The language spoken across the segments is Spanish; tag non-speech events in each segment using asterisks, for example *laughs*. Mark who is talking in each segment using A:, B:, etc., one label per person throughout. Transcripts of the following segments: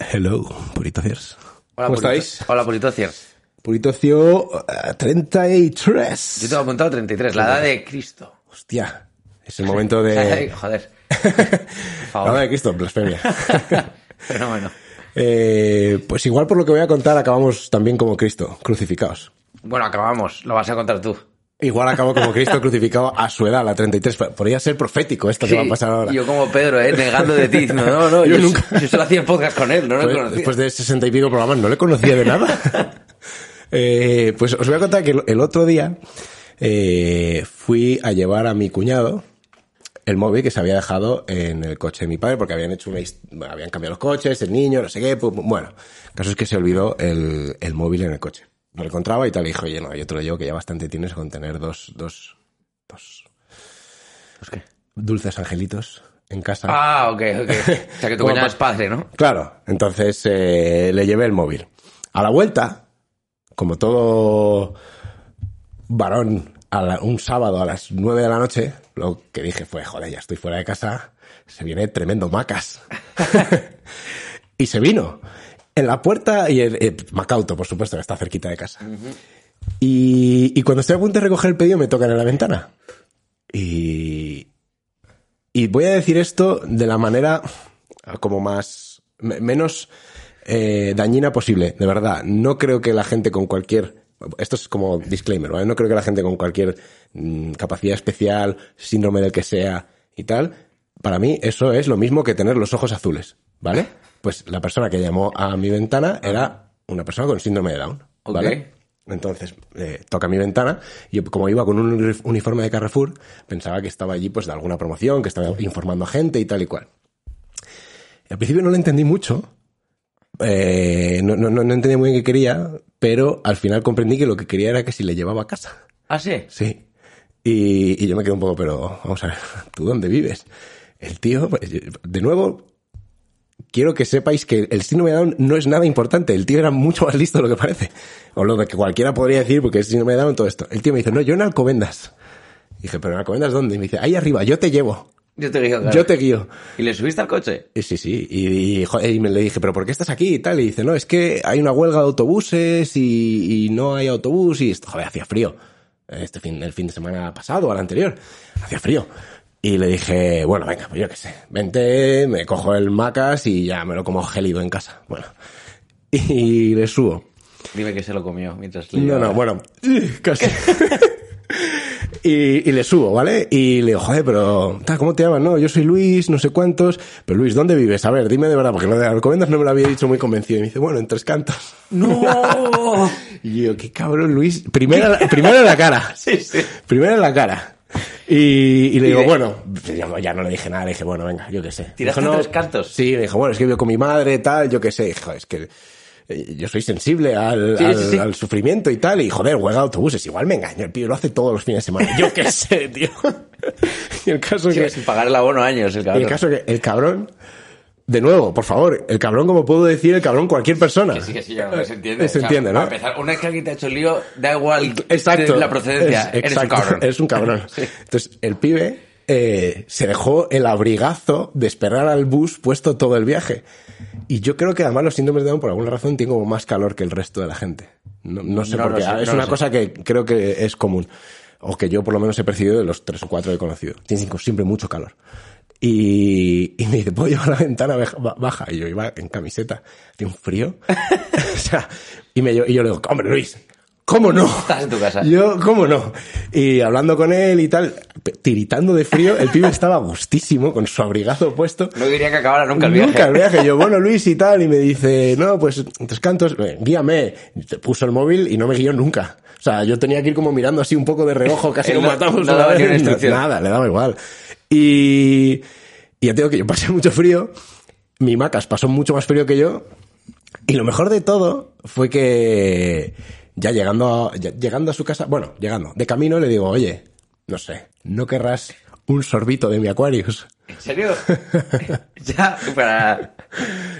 A: Hello, Puritociers.
B: Hola,
C: ¿Cómo
B: Purito-
C: estáis?
B: Hola, Puritociers.
A: Puritocio eh,
B: Yo
A: 33.
B: tengo apuntado 33, la edad de Cristo.
A: Hostia, es el momento
B: *laughs*
A: de... *laughs*
B: Joder. Por favor.
A: Ahora de Cristo, blasfemia. *laughs*
B: Pero bueno.
A: Eh, pues igual por lo que voy a contar acabamos también como Cristo, crucificados.
B: Bueno, acabamos. Lo vas a contar tú.
A: Igual acabo como Cristo *laughs* crucificado a su edad, a la 33. Podría ser profético esto que va a pasar ahora.
B: Sí, Yo como Pedro, ¿eh? Negando de ti. No, no, no.
A: *laughs* Yo
B: Yo,
A: nunca.
B: yo solo hacía podcast con él, no lo
A: Pues,
B: conocía.
A: después de sesenta y pico programas no le conocía de
B: *laughs*
A: nada. Eh, pues os voy a contar que el- el otro día eh, fui a llevar a mi cuñado el móvil que se había dejado en el coche de mi padre porque habían hecho una his- bueno, habían cambiado los coches, el niño, no sé qué, pum, pum. bueno, el caso es que se olvidó el, el móvil en el coche. No lo encontraba y tal, y dijo, oye, no, yo te lo llevo que ya bastante tienes con tener dos, dos, dos dulces angelitos en casa.
B: Ah, ok, ok. O sea, que tu
A: Bueno,
B: cuñado
A: pues-
B: es padre, ¿no?
A: Claro, entonces eh, le llevé el móvil. A la vuelta, como todo varón, a la- un sábado a las 9 de la noche, lo que dije fue, joder, ya estoy fuera de casa, se viene tremendo macas. *laughs* y se vino. En la puerta, y el, eh, Macauto, por supuesto, que está cerquita de casa. y, y cuando estoy a punto de recoger el pedido, me tocan en la ventana. Y, y voy a decir esto de la manera ah, como más. me- menos eh, dañina posible, de verdad. No creo que la gente con cualquier. Esto es como disclaimer, ¿vale? No creo que la gente con cualquier mm, capacidad especial, síndrome del que sea y tal. Para mí, eso es lo mismo que tener los ojos azules, ¿vale? Pues la persona que llamó a mi ventana era una persona con síndrome de Down, ¿vale?
B: Ok.
A: Entonces, eh, toca mi ventana. y Yo, como iba con un uni- uniforme de Carrefour, pensaba que estaba allí pues de alguna promoción, que estaba informando a gente y tal y cual. Y al principio no lo entendí mucho. eh, no, no, no no entendí muy bien qué quería, pero al final comprendí que lo que quería era que si le llevaba a casa.
B: Ah, sí.
A: Sí. Y, y yo me quedé un poco, pero vamos a ver, *laughs* ¿tú dónde vives? El tío, pues, yo- de nuevo, quiero que sepáis que el síndrome de Down no es nada importante. El tío era mucho más listo de lo que parece. O lo que cualquiera podría decir, porque es síndrome de Down, todo esto. El tío me dice, no, yo en Alcobendas. Y dije, pero en Alcobendas dónde? Y me dice, ahí arriba, yo te llevo,
B: Yo te digo, claro.
A: yo te guío.
B: ¿Y le subiste al coche?
A: Y Eh, Sí, sí. Y, y, joder, y me le dije, ¿pero por qué estás aquí? Y tal. Y dice, no, es que hay una huelga de autobuses y, y no hay autobús. Y esto, joder, hacía frío. Este fin, el fin de semana pasado, al anterior. Hacía frío. Y le dije, bueno, venga, pues yo qué sé. Vente, me cojo el macas y ya me lo como gélido en casa. Bueno. *laughs* Y le subo.
B: Dime que se lo comió mientras le
A: No,
B: llevaba.
A: no,
B: *laughs*
A: bueno, casi. *laughs* y, y le subo, ¿vale? Y le digo, joder, pero, tal, ¿cómo te llamas? No, yo soy Luis, no sé cuántos. Pero Luis, ¿dónde vives? A ver, dime de verdad, porque lo de Alcobendas no me lo había dicho muy convencido. Y me dice, bueno, en Tres Cantos.
B: ¡No!
A: *laughs* Y yo, qué cabrón, Luis. Primero, primero en la cara.
B: *laughs* sí, sí.
A: Primero en la cara. Y, y le
B: Y
A: digo,
B: de-
A: bueno, ya, ya no le dije nada, le dije, bueno, venga, yo qué sé.
B: ¿Tiraste
A: Dijo, no.
B: tres cantos?
A: Sí, me dijo, bueno, es que vivo con mi madre, tal, yo qué sé. Dijo, es que eh, yo soy sensible al,
B: Sí,
A: al-
B: sí, sí.
A: al sufrimiento y tal, y joder, huelga de autobuses, igual me engaño, el pibe lo hace todos los fines de semana, yo qué *laughs* sé, tío. y el caso es
B: Sí,
A: que...
B: sin pagar el abono años, el
A: Y
B: cabrón.
A: el caso es que el cabrón, de nuevo, por favor, el cabrón, como puedo decir, el cabrón cualquier persona.
B: Que sí, que sí, ya
A: *laughs*
B: no se entiende.
A: Se
B: O sea,
A: entiende, ¿no?
B: para empezar, una vez que alguien te ha hecho el lío, da igual
A: Exacto.
B: la procedencia.
A: Es-
B: eres
A: exacto,
B: un
A: *laughs*
B: cabrón.
A: Eres un
B: *laughs*
A: cabrón. Entonces, el pibe eh, se dejó el abrigazo de esperar al bus puesto todo el viaje. Y yo creo que además los síndromes de Down, por alguna razón, tienen como más calor que el resto de la gente. No, no sé
B: No
A: por
B: lo
A: qué.
B: sé,
A: es
B: no lo
A: una
B: sé.
A: cosa que creo que es común. O que yo por lo menos he percibido de los tres o cuatro que he conocido. Tienen siempre mucho calor. Y, y me dice, ¿puedo llevar la ventana baja- baja? Y yo iba en camiseta. Tiene un frío.
B: *laughs*
A: *laughs* o sea, y, me, lle- y yo le digo, hombre, Luis, ¿cómo no?
B: Estás en tu casa.
A: Yo, ¿cómo no? Y hablando con él y tal, pe- tiritando de frío, el pibe estaba a gustísimo con su abrigado puesto.
B: No quería que acabara nunca el viaje.
A: Yo, bueno, Luis y tal, y me dice, no, pues tres cantos, eh, guíame. Y Te puso el móvil y no me guió nunca. O sea, yo tenía que ir como mirando así un poco de reojo, casi
B: *laughs* Él
A: lo
B: no-
A: matamos
B: no
A: una
B: daba ni
A: vez.
B: una
A: *laughs*
B: instrucción.
A: Nada, le daba igual. Y, y ya tengo que yo pasé mucho frío. mi Macas pasó mucho más frío que yo. Y lo mejor de todo fue que ya llegando a, ya llegando a su casa, bueno, llegando, de camino le digo, oye, no sé, ¿no querrás un sorbito de mi Aquarius? *laughs*
B: ¿En serio? ya, para...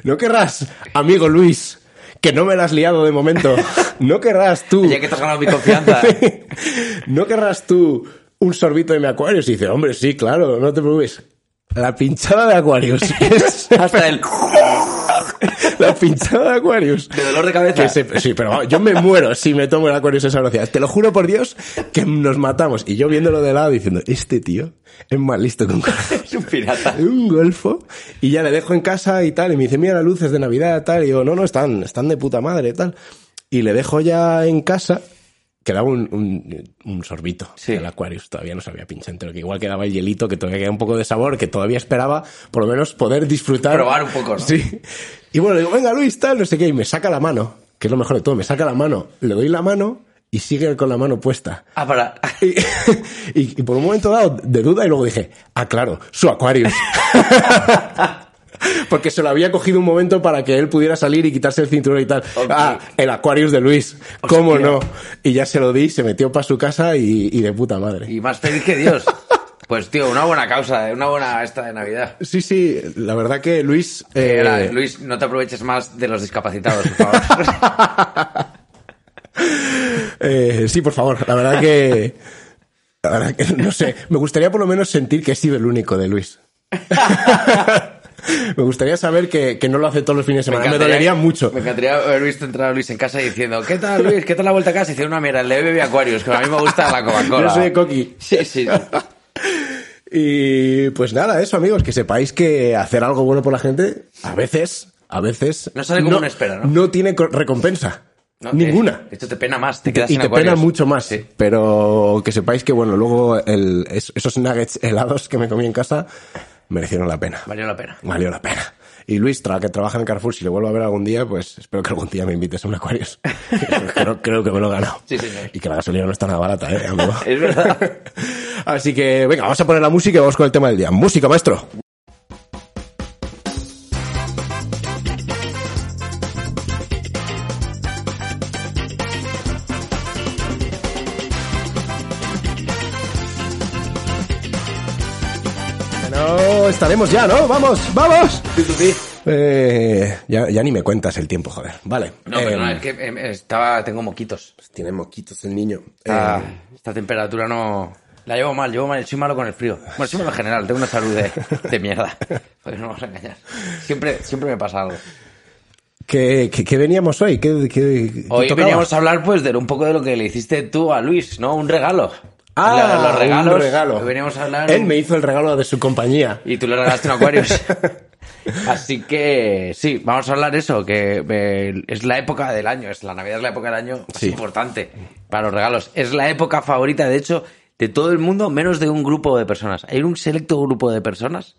A: ¿No querrás, amigo Luis, que no me la has liado de momento? ¿No querrás tú
B: Ya que te has ganado
A: *laughs*
B: mi confianza.
A: ¿No querrás tú un sorbito de mi Aquarius? Y dice, hombre, sí, claro, no te preocupes. La pinchada de Aquarius. *laughs* Es
B: Hasta el...
A: *laughs* la pinchada de Aquarius.
B: De dolor de
A: Que
B: cabeza.
A: se- sí, pero vamos, yo me muero si me tomo el Aquarius a esa velocidad. Te lo juro por Dios que nos matamos. Y yo viéndolo de lado diciendo, este tío es más listo
B: *laughs*
A: que un
B: Es un pirata.
A: un golfo y ya le dejo en casa y tal y me dice mira las luces de navidad tal y digo no no están están de puta madre tal y le dejo ya en casa quedaba un, un, un sorbito
B: Sí.
A: del Aquarius todavía no sabía pinche entero que igual quedaba el hielito que todavía queda un poco de sabor que todavía esperaba por lo menos poder disfrutar
B: Probar un poco, ¿no?
A: sí y bueno le digo venga Luis tal no sé qué y me saca la mano que es lo mejor de todo me saca la mano le doy la mano y sigue con la mano puesta
B: Ah, para...
A: y, *laughs* y- y por un momento dado de duda y luego dije, ah, claro, su Aquarius. *laughs* Porque se lo había cogido un momento para que él pudiera salir y quitarse el cinturón y tal.
B: Ok.
A: Ah, el Aquarius de Luis. ¿Cómo
B: Hostia.
A: no? Y ya se lo di, se metió para su casa y, y de puta madre.
B: Y más feliz que Dios. Pues, tío, una buena causa, eh, una buena esta de Navidad.
A: Sí, sí, la verdad que Luis... eh,
B: Era, Luis, no te aproveches más de los discapacitados, por
A: *laughs*
B: favor.
A: eh, sí, por favor, la verdad que... La verdad que no sé. Me gustaría por lo menos sentir que he sido el único de Luis. *laughs* Me gustaría saber que, que no lo hace todos los fines de semana. Me,
B: encantaría-
A: dolería mucho.
B: Me encantaría haber visto entrar a Luis en casa diciendo, ¿qué tal Luis? ¿Qué tal la vuelta a casa? Y dice una mierda, le bebe Aquarius, que a mí me gusta la Coca-Cola.
A: Yo soy de coqui. *laughs*
B: Sí, sí.
A: Y pues nada, eso amigos, que sepáis que hacer algo bueno por la gente, a veces, a veces...
B: No sale como uno espera, ¿no?
A: No tiene co- recompensa.
B: No,
A: ninguna.
B: eh, esto te pena más, te quedas
A: y
B: sin
A: te pena
B: Aquarius.
A: mucho más.
B: Sí.
A: Pero que sepáis que, bueno, luego el- es- esos nuggets *laughs* helados que me comí en casa merecieron la pena.
B: Valió la pena.
A: Valió la pena. Y Luis, tra- que trabaja en Carrefour, si le vuelvo a ver algún día, pues espero que algún día me invites a un
B: *laughs*
A: Aquarius. creo, creo que me lo he ganado.
B: Sí, señor.
A: Y que la gasolina no está nada barata, ¿eh, amigo?
B: *laughs* Es verdad.
A: Así que, venga, vamos a poner la música y vamos con el tema del día. Música, maestro. Bueno, estaremos ya, ¿no? Vamos, vamos. Eh, ya, ya ni me cuentas el tiempo, joder. Vale.
B: No, pero
A: Em,
B: no, es que em, estaba, tengo moquitos.
A: Tiene moquitos el niño.
B: Esta,
A: Em,
B: esta temperatura no... La llevo mal, llevo mal, soy malo con el frío. Bueno, soy malo en general, tengo una salud de, de mierda. Porque no vamos a engañar. Siempre, siempre me pasa algo.
A: ¿qué, qué- qué veníamos hoy? ¿Qué, qué- qué
B: Hoy
A: tocaba?
B: veníamos a hablar pues de un poco de lo que le hiciste tú a Luis, ¿no? Un regalo.
A: Ah,
B: La- los regalos.
A: un regalo.
B: Hoy veníamos a hablar
A: Él me hizo el regalo de su compañía.
B: y tú le regalaste
A: *laughs*
B: un Aquarius. Así que sí, vamos a hablar eso, que eh, es la época del año, es la Navidad es la época del año más
A: Sí.
B: importante para los regalos. Es la época favorita, de hecho, de todo el mundo, menos de un grupo de personas. Hay un selecto grupo de personas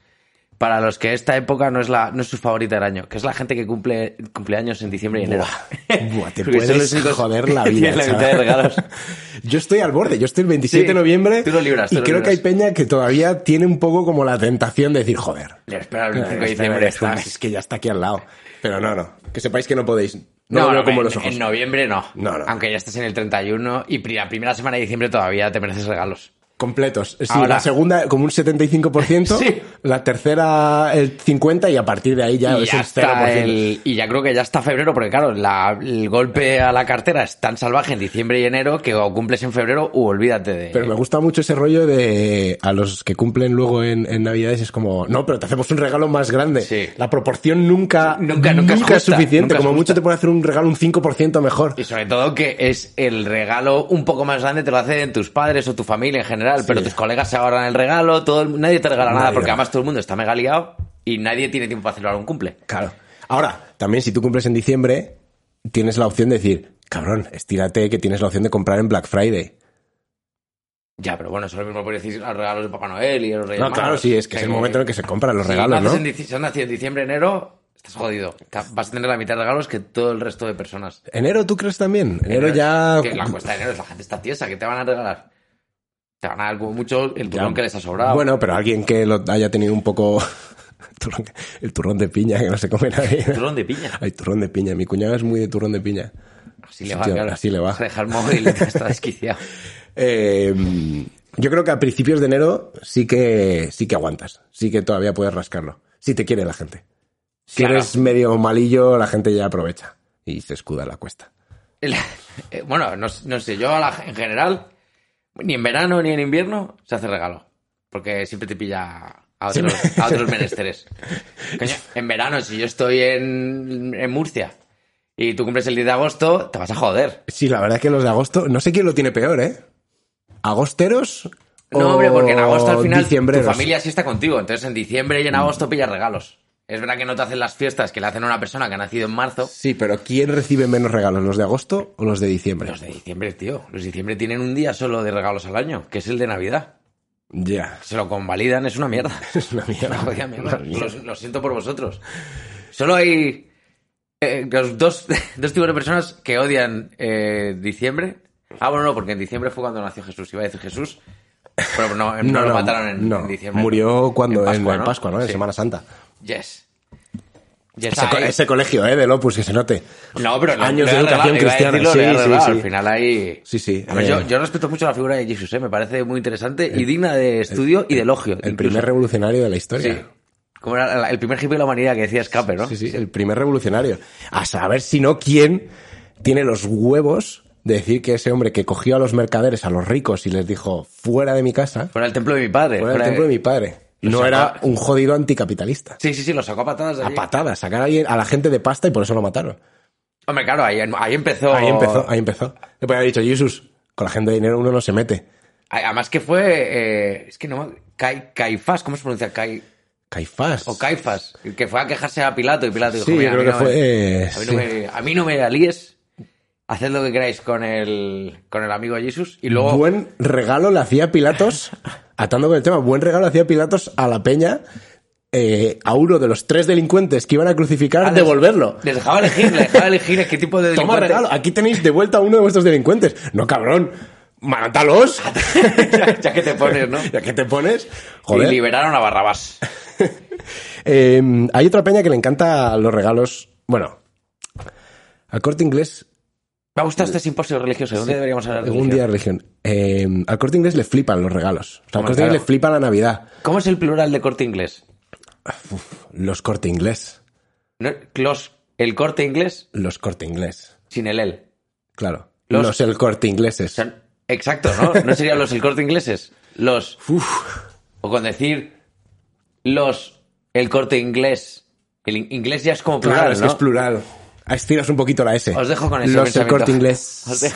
B: para los que esta época no es la no es su favorita del año, que es la gente que cumple cumpleaños en diciembre y enero. *laughs*
A: Buah, buah, te
B: Porque son
A: puedes
B: los únicos *laughs*
A: joder la
B: que
A: vida.
B: tienen la mitad de
A: chaval.
B: regalos.
A: *laughs* Yo estoy al borde, yo estoy el 27 de
B: Sí,
A: noviembre.
B: tú lo libras,
A: y
B: tú lo
A: creo que hay
B: libras.
A: peña que todavía tiene un poco como la tentación de decir, joder.
B: Le espera el
A: este-
B: 25 de diciembre.
A: este mes
B: estás-
A: es que ya está aquí al lado. Pero no, no. Que sepáis que no podéis. No,
B: No,
A: lo veo
B: no,
A: como
B: en,
A: los ojos.
B: en noviembre no.
A: No, no.
B: Aunque ya estés en el 31 y pri- la primera semana de diciembre todavía te mereces regalos.
A: Completos. Sí,
B: Ahora-
A: la segunda como un 75%,
B: *laughs* Sí.
A: la tercera el 50% y a partir de ahí ya
B: y,
A: es
B: ya
A: el
B: está
A: 0%.
B: el- y ya creo que ya está febrero, porque claro, la- el golpe a la cartera es tan salvaje en diciembre y enero que o cumples en febrero u olvídate de...
A: Pero me gusta mucho ese rollo de a los que cumplen luego en, en Navidades es como, no, pero te hacemos un regalo más grande.
B: Sí.
A: La proporción nunca,
B: Nunca- nunca es justa,
A: suficiente.
B: nunca es
A: como
B: justa.
A: mucho te pueden hacer un regalo un 5% mejor.
B: Y sobre todo que es el regalo un poco más grande, te lo hacen tus padres o tu familia en general, pero tus colegas se ahorran el regalo, todo el- nadie te regala nada,
A: Nadie.
B: porque además todo el mundo está mega liado y nadie tiene tiempo para celebrar un cumple.
A: Claro. Ahora, también si tú cumples en diciembre, tienes la opción de decir, cabrón, estírate que tienes la opción de comprar en Black Friday.
B: Ya, pero bueno, eso es lo mismo por decir los regalos de Papá Noel y los Reyes
A: No, claro,
B: Magos.
A: sí, es que
B: O sea,
A: es el
B: como
A: momento en el que se compran los
B: si
A: regalos,
B: naces
A: ¿no?
B: eh, en dici- Si has nacido en diciembre, enero, estás jodido. Te- Vas a tener la mitad de regalos que todo el resto de personas.
A: Enero, ¿tú crees también? Enero, ya...
B: Que la cuesta de enero es la gente está tiesa, que te van a regalar. Te van a dar como mucho el turrón que les ha sobrado.
A: Bueno, pero alguien que lo haya tenido un poco *laughs* Turrón- el turrón de piña que no se come
B: *laughs*
A: nadie.
B: Turrón de piña.
A: Ay, turrón de piña. Mi cuñada es muy de turrón de piña.
B: Así le va,
A: Hostia,
B: claro.
A: así le va.
B: Vas a dejar el móvil y está desquiciado.
A: Eh, yo creo que a principios de enero sí que, sí que aguantas. Sí que todavía puedes rascarlo. Si te quiere la gente. Si
B: Claro.
A: eres medio malillo, la gente ya aprovecha. Y se escuda la cuesta.
B: El- eh, bueno, no, no sé, yo a la- en general, ni en verano ni en invierno se hace regalo. Porque siempre te pilla a otros, a otros menesteres. Coño, en verano, si yo estoy en, en Murcia y tú cumples el 10 de agosto, te vas a joder.
A: Sí, la verdad es que los de agosto, no sé quién lo tiene peor, ¿eh? ¿Agosteros?
B: No,
A: o
B: hombre, porque en agosto al final tu
A: diciembreros?
B: familia sí está contigo. Entonces en diciembre y en agosto pillas regalos. Es verdad que no te hacen las fiestas que le hacen a una persona que ha nacido en marzo.
A: Sí, pero ¿quién recibe menos regalos, los de agosto o los de diciembre?
B: Los de diciembre, tío. Los de diciembre tienen un día solo de regalos al año, que es el de Navidad.
A: Ya,
B: Se lo convalidan, es una mierda.
A: *laughs* es una mierda.
B: *laughs* Una jodida mierda.
A: Una mierda.
B: Lo, lo siento por vosotros. Solo hay eh, los dos, *laughs* dos tipos de personas que odian eh, diciembre. Ah, bueno, no, porque en diciembre fue cuando nació Jesús. Iba a decir Jesús, *laughs* pero no, no, lo mataron en,
A: no.
B: en diciembre.
A: Murió cuando en Pascua, ¿no? En,
B: Sí.
A: Semana Santa.
B: Yes. Yes,
A: Ese, co-
B: ahí.
A: ese colegio, ¿eh? Del Opus, que se note.
B: No, pero le-
A: Años
B: le
A: de
B: he
A: educación
B: regalado, iba a
A: cristiana.
B: decirlo, le he
A: Sí, sí,
B: regalado.
A: sí.
B: Al final ahí...
A: Sí, sí,
B: A ver,
A: eh.
B: yo, yo respeto mucho la figura de Jesús, ¿eh? me parece muy interesante y digna de estudio y de elogio.
A: El
B: incluso.
A: primer revolucionario de la historia.
B: Sí. Como era la- el primer hippie de la humanidad que decía escape, ¿no?
A: Sí, sí, el primer revolucionario. A saber si no quién tiene los huevos de decir que ese hombre que cogió a los mercaderes, a los ricos, y les dijo fuera de mi casa,
B: Fuera el templo de mi padre.
A: fuera del
B: fuera
A: templo de
B: de-
A: mi padre,
B: Lo
A: no
B: sacó-
A: era un jodido anticapitalista.
B: Sí, sí, sí, lo sacó a patadas. de
A: A
B: allí.
A: patadas, sacar a, alguien- a la gente de pasta y por eso lo mataron.
B: Hombre, claro, ahí, ahí empezó.
A: Ahí empezó, ahí empezó. Después ha dicho, Jesús, con la gente de dinero uno no se mete.
B: Ahí- Además que fue. eh, es que no. me- Cai- Caifás, ¿cómo se pronuncia? Cai-
A: Caifás.
B: o Caifás, el que fue a quejarse a Pilato y Pilato dijo:
A: Sí,
B: "Mira,
A: yo creo
B: a
A: que
B: mí no me-
A: fue, eh,
B: a mí
A: sí.
B: no me- A mí no me alíes. Haced lo que queráis con el, con el amigo Jesús. Y luego.
A: Buen regalo le hacía
B: *laughs*
A: Pilatos, atando con el tema, buen regalo le hacía Pilatos a la peña, eh, a uno de los tres delincuentes que iban a crucificar,
B: Ah, les-
A: devolverlo.
B: Les dejaba elegir, les dejaba elegir qué tipo de
A: Toma
B: delincuente-
A: regalo, aquí tenéis de vuelta a uno de vuestros delincuentes. No, cabrón,
B: *laughs*
A: mátalos.
B: *laughs* ya, ya que te
A: *laughs*
B: pones, ¿no?
A: ya que te pones.
B: Y
A: Joder.
B: liberaron
A: *laughs*
B: a Barrabás.
A: Eh, hay otra peña que le encanta los regalos. Bueno, al corte inglés
B: Me ha gustado este simposio religioso. ¿De dónde deberíamos hablar? de
A: Algún
B: religión?
A: día religión. Eh, al corte inglés le flipan los regalos. O sea, al
B: Hombre,
A: corte inglés
B: claro.
A: le flipa la Navidad.
B: ¿Cómo es el plural de corte inglés?
A: Los corte inglés.
B: No, los- el corte inglés
A: Los corte inglés.
B: sin el el.
A: Claro.
B: Los-
A: Los, el corte ingleses.
B: Son- exacto, ¿no? No serían los el corte ingleses. Los. O con decir los el corte inglés. El in- inglés ya es como plural,
A: claro, es que
B: ¿no?
A: es plural. Ah, Estiras un poquito la S.
B: Os dejo con ese
A: Los el
B: pensamiento.
A: corte inglés.
B: *laughs* Os, de-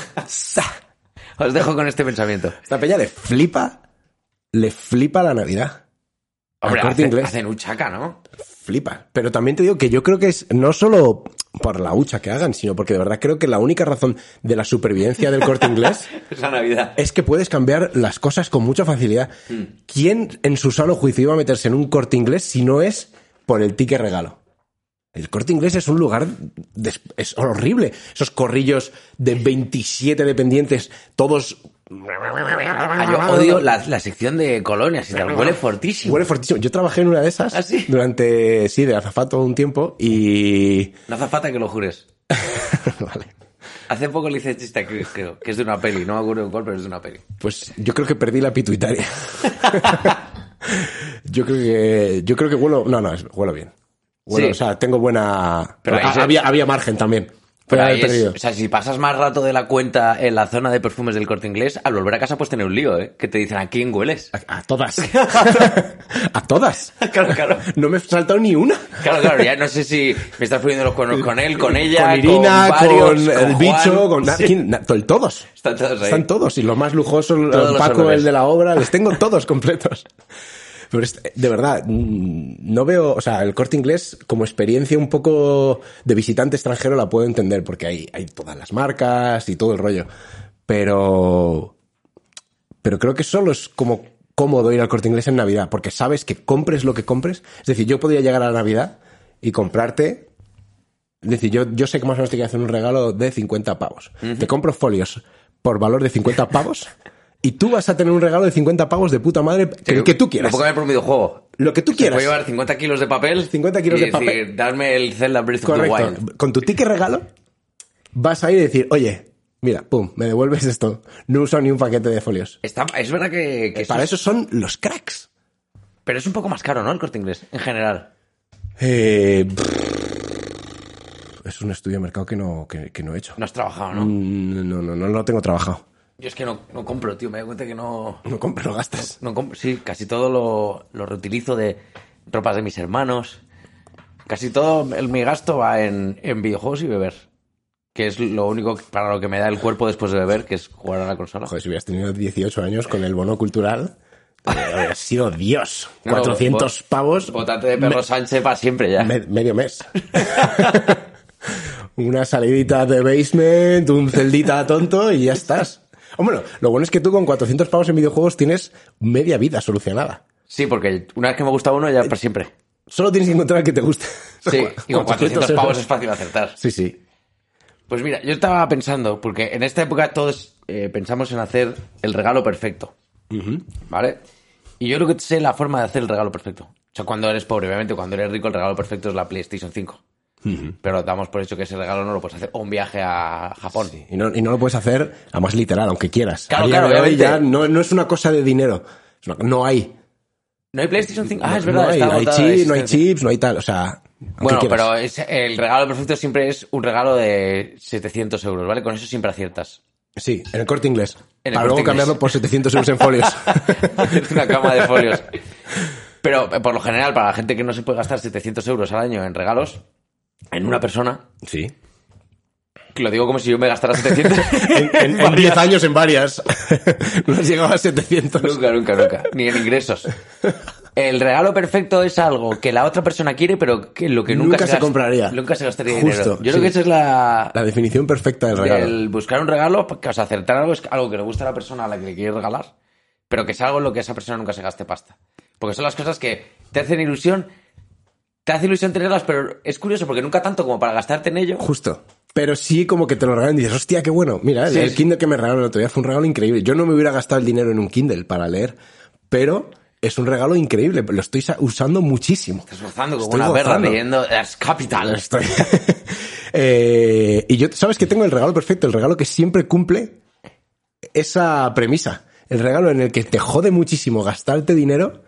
B: Os dejo con este pensamiento.
A: Esta peña le flipa. Le flipa la Navidad.
B: Hombre,
A: Corte
B: hace-
A: Inglés.
B: hacen uchaca, ¿no?
A: Flipa. Pero también te digo que yo creo que es no solo por la hucha que hagan, sino porque de verdad creo que la única razón de la supervivencia del corte
B: *laughs*
A: inglés
B: Esa Navidad.
A: es que puedes cambiar las cosas con mucha facilidad.
B: Mm.
A: ¿Quién en su sano juicio iba a meterse en un corte inglés si no es por el ticket regalo? El corte inglés es un lugar des- es horrible. Esos corrillos de 27 dependientes, todos.
B: Ah, yo odio la, la sección de colonias y tal. Huele fortísimo.
A: Huele fortísimo. Yo trabajé en una de esas
B: ¿Ah, sí?
A: durante, sí, de azafato un tiempo
B: *laughs*
A: y. *laughs*
B: No hace falta que lo jures.
A: vale.
B: Hace poco le hice chiste a Chris, creo, que es de una peli. No me acuerdo de cuál, pero es de una peli.
A: Pues yo creo que perdí la pituitaria. *laughs* yo creo que. Yo creo que huelo. No, no, es- huelo bien. Huelo,
B: Sí.
A: O sea, tengo buena.
B: Pero ahí
A: ha-
B: se-
A: había, había margen también.
B: Pero
A: Pero
B: ahí
A: haber
B: es-
A: perdido.
B: o sea, si pasas más rato de la cuenta en la zona de perfumes del corte inglés, al volver a casa puedes tener un lío, ¿eh? Que te dicen, ¿a quién hueles?
A: A, a todas. *laughs* a todas.
B: *laughs* claro, claro.
A: No me he saltado ni una.
B: Claro, claro, ya no sé si me estás poniendo los cuernos con él, con ella,
A: con Irina, con,
B: varios,
A: el
B: Juan.
A: bicho, con na-
B: Sí,
A: ¿quién? Na- to- todos.
B: *laughs* Están todos ahí.
A: Están todos. Y los más lujosos, el
B: Todos los
A: Paco,
B: olores.
A: el de la
B: *laughs*
A: obra, les tengo todos completos. Pero es- de verdad, mm, no veo, o sea, el corte inglés como experiencia un poco de visitante extranjero la puedo entender porque hay, hay todas las marcas y todo el rollo. Pero, pero creo que solo es como cómodo ir al corte inglés en Navidad porque sabes que compres lo que compres. Es decir, yo podría llegar a la Navidad y comprarte es decir, yo, yo sé que más o menos te quiero hacer un regalo de 50 pavos. Te compro folios por valor de 50 pavos y tú vas a tener un regalo de 50 pavos de puta madre que, que tú quieras.
B: Me puedo cambiar por un videojuego.
A: lo que tú
B: Te
A: quieras.
B: puedo llevar 50 kilos de papel.
A: 50 kilos
B: y
A: de papel.
B: decir, darme el Zelda Breath of the
A: Correcto.
B: Wild.
A: Con tu ticket regalo vas a ir y decir, oye, mira, pum, me devuelves esto. No uso ni un paquete de folios.
B: Está, es verdad que, que
A: Eh, Para
B: eso
A: eso son los cracks.
B: es- pero es un poco más caro, ¿no? El corte inglés, en general.
A: Eh, brrr. es un estudio de mercado que no, que, que no he hecho.
B: No has trabajado, ¿no?
A: Mm, No, no, no, lo tengo trabajado.
B: Yo es que no, no compro, tío. Me doy cuenta que no.
A: No compro, no gastas.
B: no compro. Sí, casi todo lo, lo reutilizo de ropas de mis hermanos. Casi todo el, mi gasto va en, en videojuegos y beber. Que es lo único que- para lo que me da el cuerpo después de beber, que es jugar a la consola.
A: Joder, si hubieras tenido 18 años con el bono cultural, eh, habrías sido Dios.
B: *laughs* Claro,
A: 400
B: vot-
A: pavos.
B: Votante de perro Sánchez para siempre ya.
A: Me- medio mes. *laughs* Una salidita de basement, un celdita tonto y ya estás. Hombre, lo bueno es que tú con 400 pavos en videojuegos tienes media vida solucionada.
B: Sí, porque el- una vez que me gusta uno, ya para siempre.
A: Solo tienes que encontrar el que te guste. *laughs*
B: Sí, y con 400
A: euros.
B: pavos es fácil acertar.
A: Sí, sí.
B: Pues mira, yo estaba pensando, porque en esta época todos eh, pensamos en hacer el regalo perfecto. ¿Vale? Y yo creo que sé la forma de hacer el regalo perfecto. O sea, cuando eres pobre, obviamente, cuando eres rico, el regalo perfecto es la PlayStation 5. Pero damos por hecho que ese regalo no lo puedes hacer. O un viaje a Japón.
A: Y no, y no lo puedes hacer a más literal, aunque quieras.
B: Claro,
A: A día
B: claro,
A: de hoy ya
B: obviamente.
A: no, no es una cosa de dinero. Es una- no hay.
B: No hay PlayStation 5. Ah, es
A: No-
B: verdad.
A: No hay,
B: está
A: no hay
B: agotada
A: chi-
B: la
A: no hay
B: existencia.
A: chips, no hay tal. O sea, aunque
B: Bueno,
A: quieras.
B: pero es- el regalo perfecto siempre es un regalo de 700 euros, ¿vale? Con eso siempre aciertas.
A: Sí, en el corte inglés.
B: En el
A: para
B: Corte
A: luego
B: Inglés.
A: cambiarlo por 700 euros en
B: *laughs*
A: folios.
B: Hacerte una cama de folios. Pero eh, por lo general, para la gente que no se puede gastar 700 euros al año en regalos, en una persona,
A: sí.
B: que lo digo como si yo me gastara 700.
A: *laughs* en, en-
B: *laughs*
A: en 10 años en varias. *laughs* no has llegado a 700.
B: nunca, nunca, nunca. Ni en ingresos. El regalo perfecto es algo que la otra persona quiere, pero que lo que nunca,
A: Nunca se
B: gast-
A: compraría.
B: Nunca se gastaría
A: Justo,
B: dinero.
A: sí.
B: Yo creo que esa es la.
A: La definición perfecta del regalo.
B: del buscar un regalo, pues, que o sea, acertar algo es algo que le gusta a la persona a la que le quieres regalar, pero que es algo en lo que esa persona nunca se gaste pasta. Porque son las cosas que te hacen ilusión, te hace ilusión tenerlas, pero es curioso porque nunca tanto como para gastarte en ello.
A: Justo. Pero sí como que te lo regalan y dices, hostia, qué bueno. Mira, el,
B: Sí,
A: el
B: sí.
A: Kindle que me regalaron el otro día fue un regalo increíble. Yo no me hubiera gastado el dinero en un Kindle para leer, pero es un regalo increíble. Lo estoy sa- usando muchísimo.
B: Estás gozando como
A: Estoy
B: una perra
A: gozando.
B: leyendo Las Capital.
A: Estoy- *laughs* Eh, y yo, ¿sabes que tengo el regalo perfecto? El regalo que siempre cumple esa premisa. El regalo en el que te jode muchísimo gastarte dinero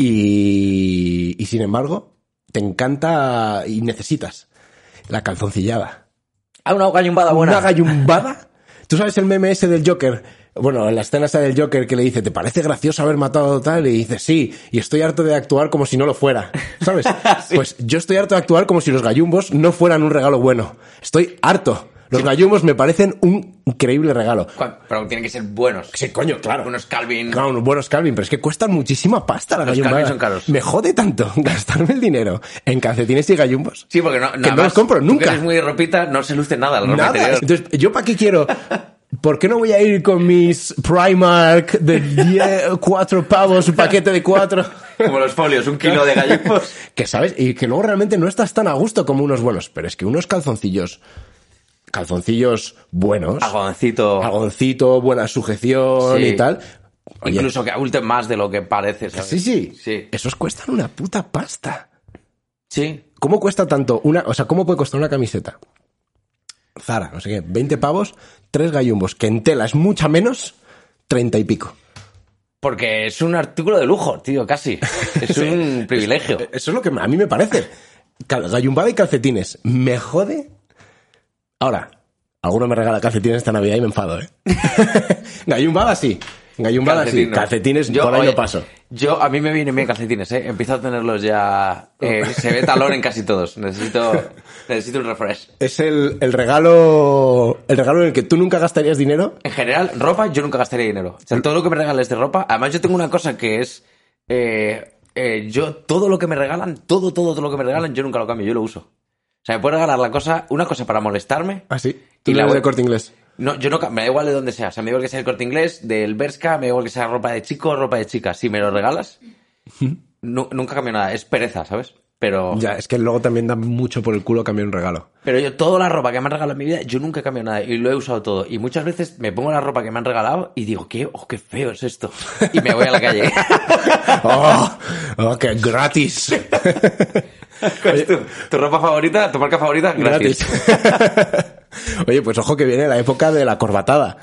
A: y, y sin embargo, te encanta y necesitas la calzoncillada.
B: Ah, una gallumbada buena.
A: Una gallumbada. ¿Tú sabes el meme ese del Joker? Bueno, en la escena esa del Joker que le dice, ¿te parece gracioso haber matado a tal? Y dice, sí, y estoy harto de actuar como si no lo fuera.
B: *laughs*
A: ¿Sabes? Pues yo estoy harto de actuar como si los gallumbos no fueran un regalo bueno. Estoy harto. Los gallumbos me parecen un increíble regalo.
B: Cu- Pero tienen que ser buenos.
A: Sí, coño, claro.
B: Unos Calvin.
A: Claro, unos buenos Calvin, pero es que cuestan muchísima pasta la
B: Los
A: gallumbada.
B: Calvin son caros.
A: Me jode tanto *laughs* gastarme el dinero en calcetines y gallumbos.
B: Sí, porque no,
A: Que no los compro
B: tú
A: nunca.
B: que eres muy de ropita, no se luce nada la ropa
A: Nada. *laughs*
B: interior.
A: Entonces, ¿yo para qué quiero? ¿Por qué no voy a ir con mis Primark de 10, 4 pavos, un paquete de 4?
B: Como los folios, un kilo de gallumbos.
A: Que sabes, y que luego realmente no estás tan a gusto como unos buenos, pero es que unos calzoncillos, calzoncillos buenos,
B: Algodoncito.
A: algoncito, buena sujeción
B: Sí.
A: y tal. Oye,
B: Incluso que adulten más de lo que parece, ¿sabes?
A: sí, sí,
B: Sí.
A: Esos cuestan una puta pasta.
B: Sí.
A: ¿Cómo cuesta tanto una, o sea, cómo puede costar una camiseta? Zara, no sé qué, 20 pavos, tres gallumbos, que en tela es mucha menos, 30 y pico.
B: Porque es un artículo de lujo,
A: *laughs*
B: tío, casi. Es un privilegio.
A: Eh, Eso es lo que a mí me parece. Cal- Gallumbada y calcetines, me jode. Ahora, alguno me regala calcetines esta Navidad y me enfado, ¿eh? *laughs* gallumbada sí, gallumbada sí,
B: Calcetines.
A: calcetines por ahí
B: oye,
A: no paso.
B: Yo, a mí me vienen bien calcetines, ¿eh? Empiezo a tenerlos ya...
A: *laughs*
B: eh, se ve talón en casi todos. Necesito, necesito un refresh.
A: Es el, el regalo, el regalo en el que tú nunca gastarías dinero
B: En general, ropa, yo nunca gastaría dinero. O sea, todo lo que me regales de ropa... Además, yo tengo una cosa que es... eh, eh, yo, todo lo que me regalan, todo, todo, todo lo que me regalan, yo nunca lo cambio, yo lo uso. O sea, me puede regalar la cosa, una cosa para molestarme.
A: así.
B: Y
A: Ah, Tú
B: la
A: la de
B: web-
A: corte inglés.
B: No, yo no, ca- me da igual de dónde sea. O sea, me da igual que sea el corte inglés, del Berska, me da igual que *laughs* sea ropa de chico o ropa de chica. Si me lo regalas, nu- nunca cambio nada. Es pereza, ¿sabes? Pero,
A: Ya, es que luego también da mucho por el culo cambiar un regalo.
B: pero yo toda la ropa que me han regalado en mi vida, yo nunca cambio nada y lo he usado todo. Y muchas veces me pongo la ropa que me han regalado y digo, qué, oh, qué feo es *laughs* esto. Y me voy a la *laughs* calle.
A: *laughs* ¡Oh! oh qué gratis!
B: ¿Cuál es tu, tu ropa favorita, tu marca favorita? Gratis.
A: Oye, pues ojo que viene la época de la corbatada.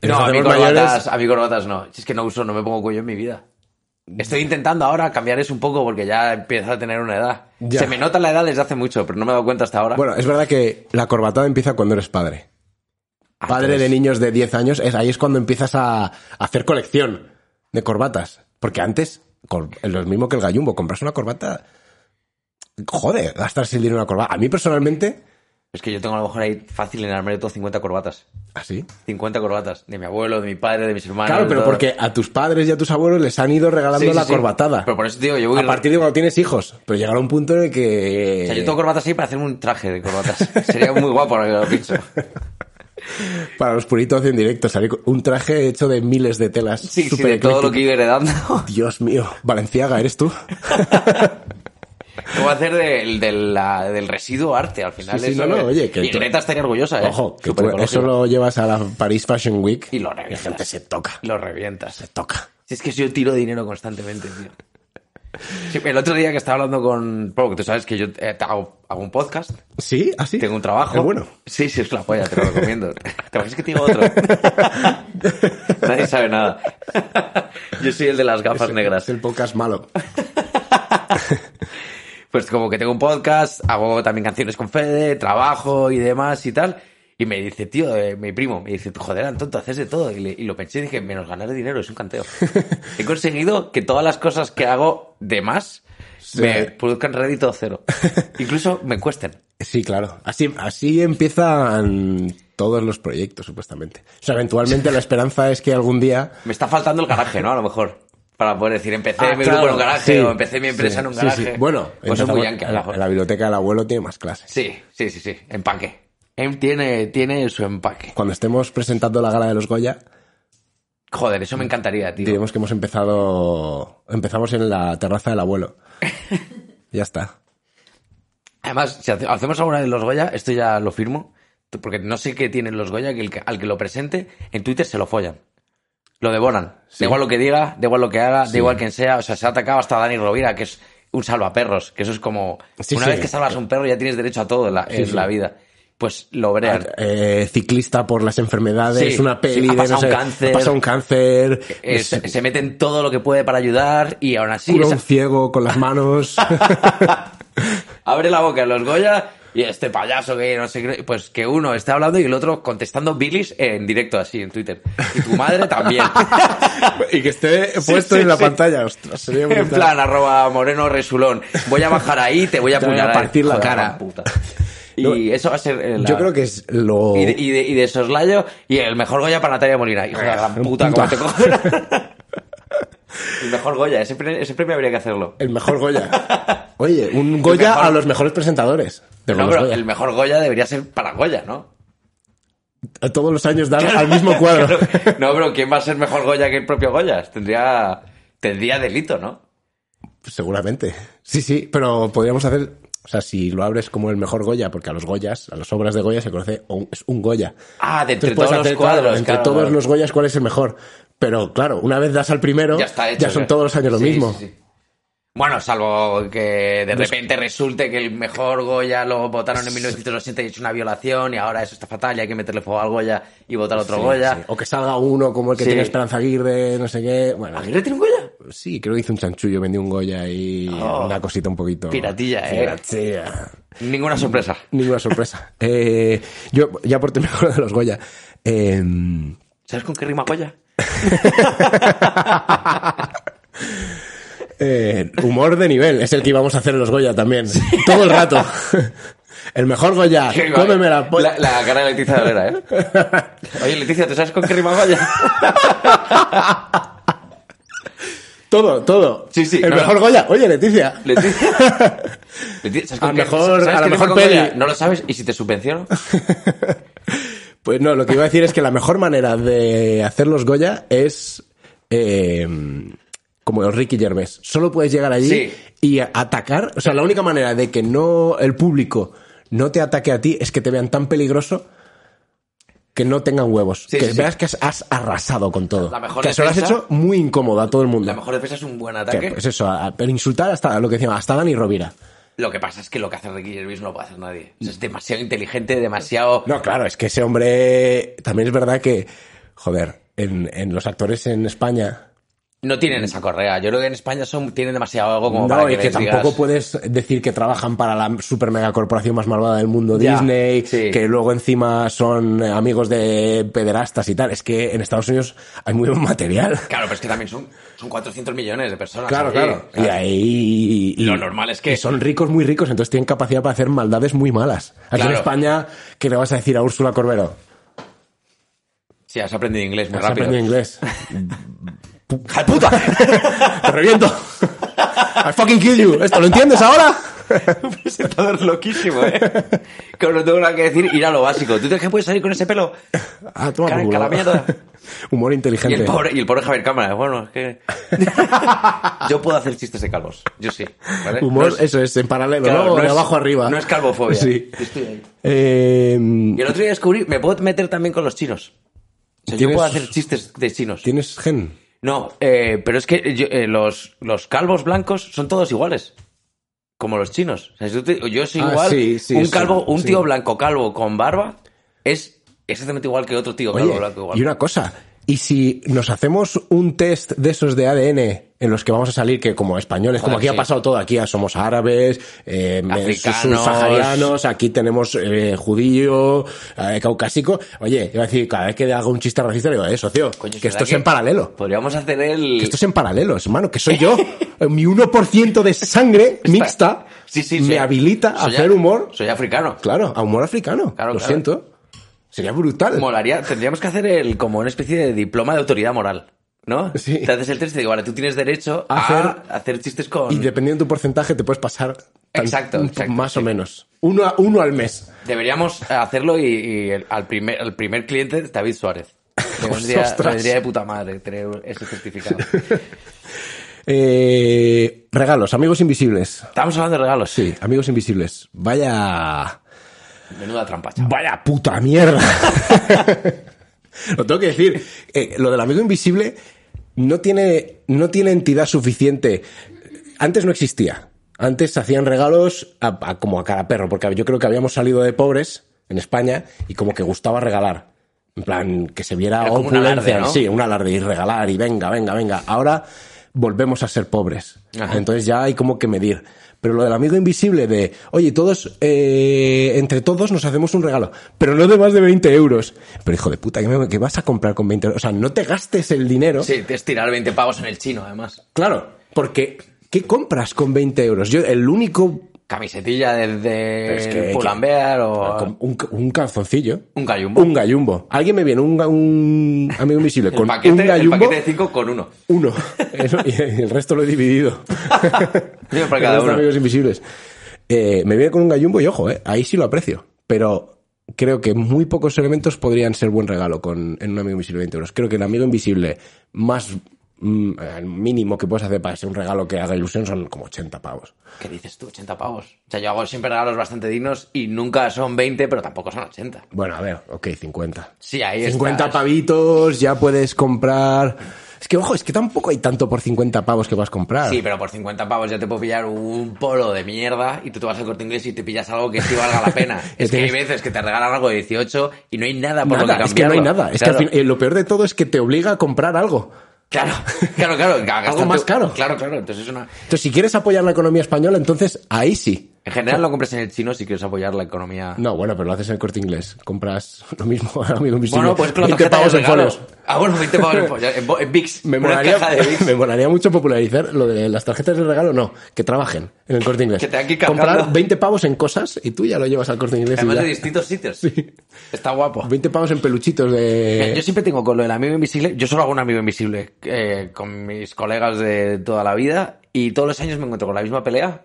A: En
B: No,
A: los
B: a mí,
A: hombres mayores-
B: corbatas, a mí corbatas no. Si Es que no uso, no me pongo cuello en mi vida. Estoy intentando ahora cambiar eso un poco porque ya empiezo a tener una edad.
A: Ya.
B: Se me nota la edad desde hace mucho, pero no me he dado cuenta hasta ahora.
A: Bueno, es verdad que la corbatada empieza cuando eres padre.
B: Ah,
A: Padre de
B: entonces,
A: niños de 10 años, es, ahí es cuando empiezas a, a hacer colección de corbatas. Porque antes, cor- lo mismo que el gallumbo, compras una corbata... Joder, gastarse el dinero en una corbata. A mí personalmente...
B: Es que yo tengo a lo mejor ahí fácil en el armario todo 50 corbatas.
A: ¿Así?
B: 50 corbatas. De mi abuelo, de mi padre, de mis hermanos.
A: Claro,
B: de
A: pero
B: todo.
A: porque a tus padres y a tus abuelos les han ido regalando
B: Ah, Sí, sí,
A: la
B: sí.
A: corbatada.
B: Pero por eso, tío, yo voy.
A: a partir de cuando tienes hijos. Pero llegará un punto en el que...
B: O sea, yo tengo corbatas ahí para hacerme un traje de corbatas. *laughs* Sería muy guapo ahora que lo pienso.
A: Para los puritos en directo, salir con un traje hecho de miles de telas.
B: Sí, sí,
A: súper
B: de todo lo
A: ecléctico.
B: que iba heredando. *laughs*
A: Dios mío, Valenciaga, ¿eres tú?
B: Voy a hacer del, del, la- del residuo arte al final.
A: Sí, sí,
B: eso,
A: no, no,
B: eh.
A: oye, que
B: y
A: tú-
B: Greta estaría orgullosa, *laughs* ¿eh?
A: Ojo, que
B: Súper
A: tú
B: ecológica.
A: eso lo llevas a la Paris Fashion Week
B: Y lo
A: la
B: revientas.
A: gente se toca,
B: Lo revientas.
A: se toca.
B: Si es que yo tiro dinero constantemente, tío. Sí, el otro día que estaba hablando con... Porque tú sabes que yo eh, hago, hago un podcast,
A: ¿Sí? ¿Así?
B: tengo un trabajo.
A: Es bueno.
B: Sí, sí, es la polla, te lo
A: *laughs*
B: recomiendo. ¿Te imaginas que te digo otro? Nadie sabe nada. yo soy el de las gafas negras.
A: Es el podcast malo.
B: Pues como que tengo un podcast, hago también canciones con Fede, trabajo y demás y tal. Y me dice, tío, eh, mi primo, me dice, joder, Antón, tú haces de todo. Y, le- y lo pensé y dije, menos ganar de dinero, es
A: *laughs*
B: un canteo. He conseguido que todas las cosas que hago de más me produzcan
A: *laughs*
B: rédito cero. Incluso me cuesten.
A: Sí, claro. Así, así empiezan todos los proyectos, supuestamente. O sea, eventualmente la esperanza es que algún día...
B: Me está faltando el garaje, ¿no? A lo mejor. Para poder decir, empecé
A: Ah,
B: mi
A: claro,
B: grupo en un garaje
A: sí,
B: o empecé mi empresa
A: sí,
B: en un
A: sí,
B: garaje.
A: sí. Bueno,
B: pues soy muy
A: empezamos-
B: yankee, a lo mejor.
A: la, la biblioteca del abuelo tiene más clases.
B: Sí, sí, sí, sí. Empaque. Em- Tiene, tiene su empaque.
A: Cuando estemos presentando la gala de los Goya,
B: Joder, eso me encantaría, tío.
A: diremos que hemos empezado... Empezamos en la terraza del
B: *laughs*
A: abuelo. ya está.
B: Además, si hace- hacemos alguna de los Goya, esto ya lo firmo, t- porque no sé qué tienen los Goya, que, el que- al que lo presente, en Twitter se lo follan. Lo devoran. Da igual lo que diga, da igual lo que haga, da igual quien sea. O sea, se ha atacado hasta a Dani Rovira, que es un salvaperros, que eso es como...
A: Sí,
B: una
A: sí.
B: vez que salvas a un perro ya tienes derecho a todo en la, en
A: sí.
B: la vida. Pues lo verean.
A: eh, ciclista por las enfermedades,
B: Sí,
A: una peli
B: sí, ha
A: de no
B: pasado
A: sé,
B: un cáncer.
A: ha pasado un cáncer,
B: Eh,
A: es-
B: se, se meten todo lo que puede para ayudar y aún así...
A: cura
B: esa-
A: un ciego con las
B: *laughs*
A: manos.
B: abre la boca los Goya y este payaso que no sé qué, pues que uno está hablando y el otro contestando bilis en directo así en Twitter. Y tu
A: *laughs*
B: madre también.
A: y que esté
B: Sí,
A: puesto
B: sí,
A: en la
B: sí.
A: pantalla. Ostras, sería
B: en
A: brutal.
B: plan, arroba Moreno Resulón. Voy a bajar ahí y
A: *laughs*
B: te voy a
A: Te voy a
B: apuñalar.
A: partir la cara. *laughs*
B: gran puta.
A: No,
B: Y eso va a ser. eh, la-
A: Yo creo que es lo.
B: Y de, y, de, y de soslayo, y el mejor Goya para Natalia Molina. Hijo de la gran puta, ¿cómo te
A: *laughs*
B: cojo? *laughs* el mejor Goya, ese, pre- ese premio habría que hacerlo.
A: El mejor
B: *laughs*
A: Goya. Oye, un Goya
B: mejor-
A: a los mejores presentadores. de
B: No,
A: los
B: pero
A: Goya.
B: el mejor Goya debería ser para Goya, ¿no?
A: Todos los
B: *laughs*
A: años dan al mismo cuadro.
B: No, pero ¿quién va a ser mejor Goya que el propio Goya? Tendría, tendría delito, ¿no?
A: Pues Seguramente. Sí, sí, pero podríamos hacer. O sea, si lo abres como el mejor Goya, porque a los Goyas, a las obras de Goya se conoce un- es un Goya.
B: Ah, de entre
A: Entonces puedes
B: todos los
A: hacer,
B: cuadros,
A: claro, entre
B: claro,
A: todos
B: claro.
A: los Goyas, ¿cuál es el mejor? Pero claro, una vez das al primero,
B: Ya está hecho.
A: son
B: ya.
A: todos los años lo
B: Sí,
A: mismo. Pues-
B: sí, sí. Bueno, salvo que de repente resulte que el mejor Goya lo votaron en 1988 una violación y ahora eso está fatal y hay que meterle fuego al Goya y votar a otro Goya.
A: Sí. O que salga uno como el que
B: Sí.
A: tiene Esperanza Aguirre, no sé qué. Bueno,
B: ¿Aguirre tiene un Goya?
A: sí, creo que hizo un chanchullo, vendió un Goya y
B: Oh.
A: una cosita un poquito.
B: Piratilla, eh.
A: Piratilla.
B: Ninguna sorpresa.
A: Ninguna sorpresa. *laughs* Eh, yo, ya por terminar con *laughs* lo de los Goya. em,
B: ¿Sabes con qué rima Goya?
A: Eh, humor de nivel, es el que íbamos a hacer en los Goya también. Todo el rato. *laughs* El mejor Goya, cómeme la polla.
B: la, la cara de Leticia de Olera, ¿eh?
A: *laughs*
B: Oye, Leticia, ¿tú sabes con qué rima Goya?
A: Todo, todo.
B: Sí, sí,
A: El
B: no,
A: mejor
B: no.
A: Goya. Oye, Leticia. *laughs*
B: Leticia. Leticia, ¿sabes
A: A
B: con
A: lo
B: qué-
A: mejor-
B: ¿sabes
A: a
B: qué
A: lo
B: rima
A: mejor
B: con Goya?
A: peli.
B: No lo sabes y si te subvenciono.
A: Pues no, lo que iba a decir es que la mejor manera de hacer los Goya es eh, como el Ricky Gervais. Solo puedes llegar allí
B: Sí.
A: y a- atacar. O sea, la única manera de que no el público no te ataque a ti es que te vean tan peligroso que no tengan huevos.
B: Sí,
A: que
B: sí, sí.
A: veas que has, has arrasado con todo.
B: La mejor
A: que eso lo has
B: defensa-
A: hecho muy incómodo a todo el mundo.
B: La mejor defensa es un buen
A: Que,
B: ataque.
A: pues eso, a- pero insultar hasta lo que decían, hasta Dani Rovira.
B: Lo que pasa es que lo que hace Ricky Gervais no lo puede hacer nadie. O sea, es demasiado inteligente, demasiado...
A: No, claro, es que ese hombre también es verdad que, joder, en, en los actores en España
B: No tienen esa correa. Yo creo que en España son, tienen demasiado algo como para
A: No,
B: que,
A: y que
B: les digas-
A: tampoco puedes decir que trabajan para la super mega corporación más malvada del mundo,
B: Ya,
A: Disney,
B: sí.
A: que luego encima son eh, amigos de pederastas y tal. Es que en Estados Unidos hay muy buen
B: *laughs*
A: material.
B: Claro, pero es que también son, son 400 millones de personas. allí.
A: Y ahí. y-
B: Lo normal es que-
A: y son ricos, muy ricos, entonces tienen capacidad para hacer maldades muy malas. Aquí en
B: Claro.
A: España, ¿qué le vas a decir a Úrsula Corbero?
B: Sí, has aprendido inglés muy
A: Has
B: rápido. *laughs*
A: aprendido inglés.
B: ¡Hija de puta!
A: *laughs* ¡Te
B: *laughs*
A: reviento! ¡I fucking kill you! ¿Esto lo entiendes ahora?
B: Un presentador loquísimo, ¿eh? Que no tengo nada que decir, ir a lo básico. ¿Tú crees que puedes salir con ese pelo?
A: Ah, toma por
B: Cara en
A: culo.
B: la mierda.
A: *laughs* Humor
B: Y
A: inteligente.
B: el, pobre, y el pobre Javier Cámara, bueno,
A: *laughs*
B: es que... Yo puedo hacer chistes de calvos, yo sí, ¿vale?
A: Humor,
B: ¿eh? No es-
A: eso es, en paralelo,
B: claro,
A: ¿no?
B: no
A: de
B: es-
A: abajo arriba.
B: no es calvofobia.
A: *laughs* Sí.
B: Yo estoy ahí.
A: Eh,
B: Y el otro día descubrí, me puedo meter también con los chinos. O sea, yo
A: ¿Tienes-
B: puedo hacer chistes de chinos.
A: ¿Tienes gen?
B: No, eh, pero es que yo- eh, los, los calvos blancos son todos iguales. Como los chinos. O sea, si tú te- yo soy
A: Ah,
B: igual.
A: sí, sí,
B: un
A: sí,
B: calvo, un
A: sí.
B: tío blanco calvo con barba es exactamente igual que otro tío calvo
A: Oye,
B: blanco igual.
A: y una cosa. ¿Y si nos hacemos un test de esos de ADN en los que vamos a salir que como españoles,
B: Joder,
A: como aquí
B: sí.
A: ha pasado todo, aquí ya somos árabes, eh,
B: Africanos.
A: subsaharianos, aquí tenemos eh, judío, eh, caucásico. Oye, iba a decir, cada vez que hago un chiste racista, digo, eh, socio,
B: Coño,
A: que
B: ¿será
A: esto es en paralelo.
B: Podríamos hacer el.
A: Que esto es en paralelo, hermano, que soy
B: *laughs*
A: yo. Mi 1% de sangre mixta
B: Sí, sí,
A: me
B: soy-
A: habilita a
B: soy
A: hacer
B: a-
A: humor
B: Soy africano.
A: Claro, a humor africano.
B: Claro,
A: lo
B: claro.
A: siento. Sería brutal.
B: Molaría, tendríamos que hacer el, como una especie de diploma de autoridad moral. ¿No?
A: Sí.
B: Te haces el test y te digo, vale, tú tienes derecho
A: A
B: a
A: hacer-
B: hacer, chistes con.
A: Y dependiendo de tu porcentaje te puedes pasar tan-
B: Exacto,
A: un-
B: exacto,
A: más o
B: sí.
A: menos. Uno, a- uno al mes.
B: Deberíamos hacerlo y, y el- al, primer, al primer cliente, David
A: *laughs*
B: Suárez. Me vendría,
A: Ostras.
B: me vendría de puta madre tener ese certificado.
A: Eh, regalos, amigos invisibles.
B: Estamos hablando de regalos.
A: Sí, amigos invisibles. Vaya...
B: Menuda trampa, chaval.
A: Vaya puta mierda. *laughs* lo tengo que decir. Eh, lo del amigo invisible no tiene, no tiene entidad suficiente. Antes no existía. Antes se hacían regalos a- a- como a cada perro, porque yo creo que habíamos salido de pobres en España y como que gustaba regalar. En plan, que se viera
B: Era como un
A: opulencia.
B: alarde, ¿no?
A: Sí, un alarde y regalar y venga, venga, venga. Ahora volvemos a ser pobres.
B: Ajá.
A: Entonces ya hay como que medir. Pero lo del amigo invisible de, oye, todos, eh, entre todos nos hacemos un regalo, pero no de más de 20 euros. Pero hijo de puta, ¿qué, me- qué vas a comprar con 20 euros? O sea, no te gastes el dinero.
B: Sí, te es tirar 20 pavos en el chino, además.
A: Claro, porque ¿qué compras con 20 euros? Yo, el único...
B: Camisetilla desde
A: Es que-
B: Pull&Bear
A: con
B: o
A: ah, Un, un calzoncillo.
B: un gallumbo.
A: Un gallumbo. Alguien me viene, un, ga- un amigo invisible
B: el,
A: con
B: paquete,
A: un
B: el
A: gallumbo.
B: paquete de 5 con uno.
A: Uno. *laughs* Eso, y el resto lo he
B: *laughs*
A: dividido.
B: Yo para
A: El
B: cada
A: resto de
B: uno.
A: amigos invisibles. Eh, me viene con un gallumbo y ojo, eh, ahí sí lo aprecio. Pero creo que muy pocos elementos podrían ser buen regalo con, en un amigo invisible de 20 euros. Creo que el amigo invisible más mm, el mínimo que puedes hacer para ser un regalo que haga ilusión son como 80 pavos.
B: ¿Qué dices tú? 80 pavos. O sea, yo hago siempre regalos bastante dignos y nunca son 20, pero tampoco son 80.
A: Bueno, a ver, ok, 50.
B: Sí, ahí
A: 50
B: estás.
A: pavitos, ya puedes comprar. Es que, ojo, es que tampoco hay tanto por 50 pavos que vas a comprar.
B: Sí, pero por 50 pavos ya te puedo pillar un polo de mierda y tú te vas al corte inglés y te pillas algo que sí valga
A: *laughs*
B: la pena.
A: Que
B: es que hay
A: tienes-
B: veces que te regalan algo de 18 y no hay nada Ah, por
A: Nada,
B: lo que
A: es que no
B: cambiarlo.
A: hay nada. Es
B: claro,
A: que al fin- eh, lo peor de todo es que te obliga a comprar algo.
B: Claro, *laughs* claro,
A: *laughs*
B: claro. gástate-
A: más caro.
B: Claro, claro. Entonces es una...
A: Entonces, si quieres apoyar la economía española, entonces ahí sí.
B: En general lo compres en el chino si quieres apoyar la economía.
A: No, bueno, pero lo haces en el corte inglés. Compras *laughs* lo mismo al amigo invisible.
B: Bueno, pues con la
A: 20
B: tarjeta de
A: pavos en
B: regalo.
A: folios.
B: Ah, bueno, 20 pavos en folios. En, bo- en
A: *laughs*
B: Vicks.
A: Me
B: Una
A: molaría,
B: caja de Vicks.
A: me molaría mucho popularizar lo de las tarjetas de regalo, no, que trabajen en el corte inglés.
B: Que tengan que ir cargando.
A: Comprar 20 pavos en cosas y tú ya lo llevas al corte inglés. y
B: Además
A: ya.
B: de distintos sitios. Está guapo.
A: 20 pavos en peluchitos
B: Mira,
A: de.
B: *laughs* Yo siempre tengo con lo del amigo invisible, yo solo hago un amigo invisible eh, con mis colegas de toda la vida y todos los años me encuentro con la misma pelea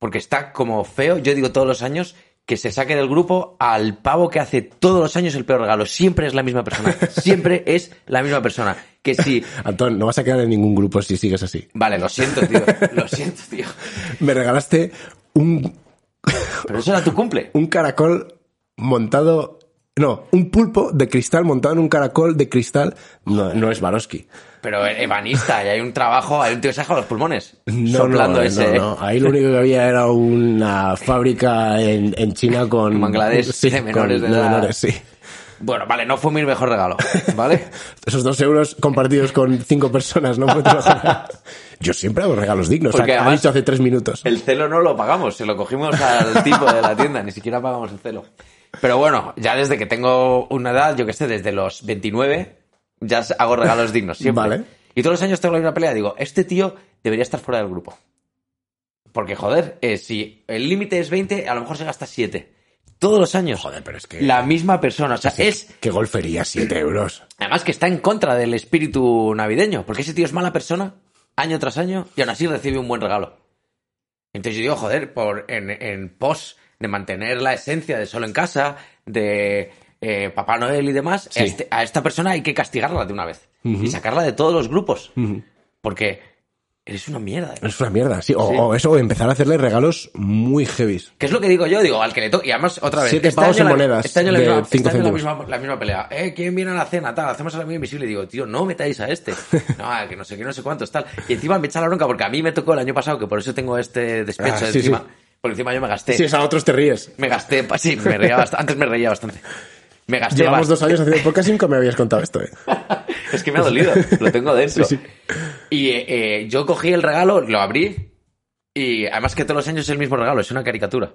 B: porque está como feo, yo digo todos los años que se saque del grupo al pavo que hace todos los años el peor regalo. Siempre es la
A: *laughs*
B: misma persona. Siempre es la misma persona. Que si...
A: Antón, no vas a quedar en ningún grupo si sigues así.
B: Vale, lo siento, tío. Lo siento, tío.
A: Me regalaste un,
B: Pero eso era tu cumple.
A: un caracol montado. No, un pulpo de cristal montado en un caracol de cristal. No, no es Baroski.
B: Pero eh, ebanista, y hay un trabajo, hay un tío que se deja los pulmones.
A: No,
B: soplando
A: no,
B: ese. eh.
A: no, no. Ahí lo único que había era una fábrica en, en China con. *laughs*
B: Bangladesh de menores de edad.
A: menores, sí.
B: Bueno, vale, no fue mi mejor regalo, ¿vale?
A: *laughs* Esos dos euros compartidos con cinco personas, ¿no? Fue tu
B: *laughs*
A: mejor- Yo siempre hago regalos dignos.
B: Porque
A: ha- ha
B: además-
A: dicho hace tres minutos.
B: El celo no lo pagamos, se lo
A: *laughs*
B: cogimos al tipo de la tienda, ni siquiera pagamos el celo. Pero bueno, ya desde que tengo una edad, yo que sé, desde los 29, ya hago regalos dignos siempre.
A: Vale.
B: Y todos los años tengo la misma pelea, digo, este tío debería estar fuera del grupo. Porque joder, eh, si el límite es 20, a lo mejor se gasta 7. Todos los años.
A: Joder, pero es que-
B: La misma persona, o sea, es...
A: ¿Qué golfería? Siete euros.
B: Además que está en contra del espíritu navideño, porque ese tío es mala persona año tras año y aún así recibe un buen regalo. Entonces yo digo, joder, por, en, en pos de mantener la esencia de solo en casa, de eh, Papá Noel y demás,
A: Sí.
B: este- a esta persona hay que castigarla de una vez y sacarla de todos los grupos, porque eres una mierda. ¿eh?
A: Es una mierda, sí. O,
B: Sí.
A: o eso, o empezar a hacerle regalos muy heavies.
B: ¿Qué es lo que digo yo? Digo, al que le toque. Y además, otra vez.
A: Siete pavos
B: año
A: en
B: la-
A: monedas
B: Este año, la,
A: de
B: misma, este
A: cinco
B: año la,
A: céntimos.
B: misma, la misma pelea. Eh, ¿quién viene a la cena? Tal, hacemos el amigo invisible. Y digo, tío, no metáis a
A: *laughs*
B: este. No, a que no sé qué, no sé cuántos, tal. Y encima me echa la bronca porque a mí me tocó el año pasado, que por eso tengo este despecho
A: Ah, sí,
B: encima.
A: sí.
B: Porque encima yo me gasté.
A: Si es a otros te ríes.
B: Me gasté, pa- sí, me reía bastante. Antes me reía bastante. Me gasté
A: Llevamos Pues
B: bastante.
A: dos *laughs* años haciendo podcast y nunca me habías contado esto, ¿eh?
B: es que me ha dolido, lo tengo dentro.
A: Sí, sí.
B: Y eh, eh, yo cogí el regalo, lo abrí. Y además que todos los años es el mismo regalo, es una caricatura.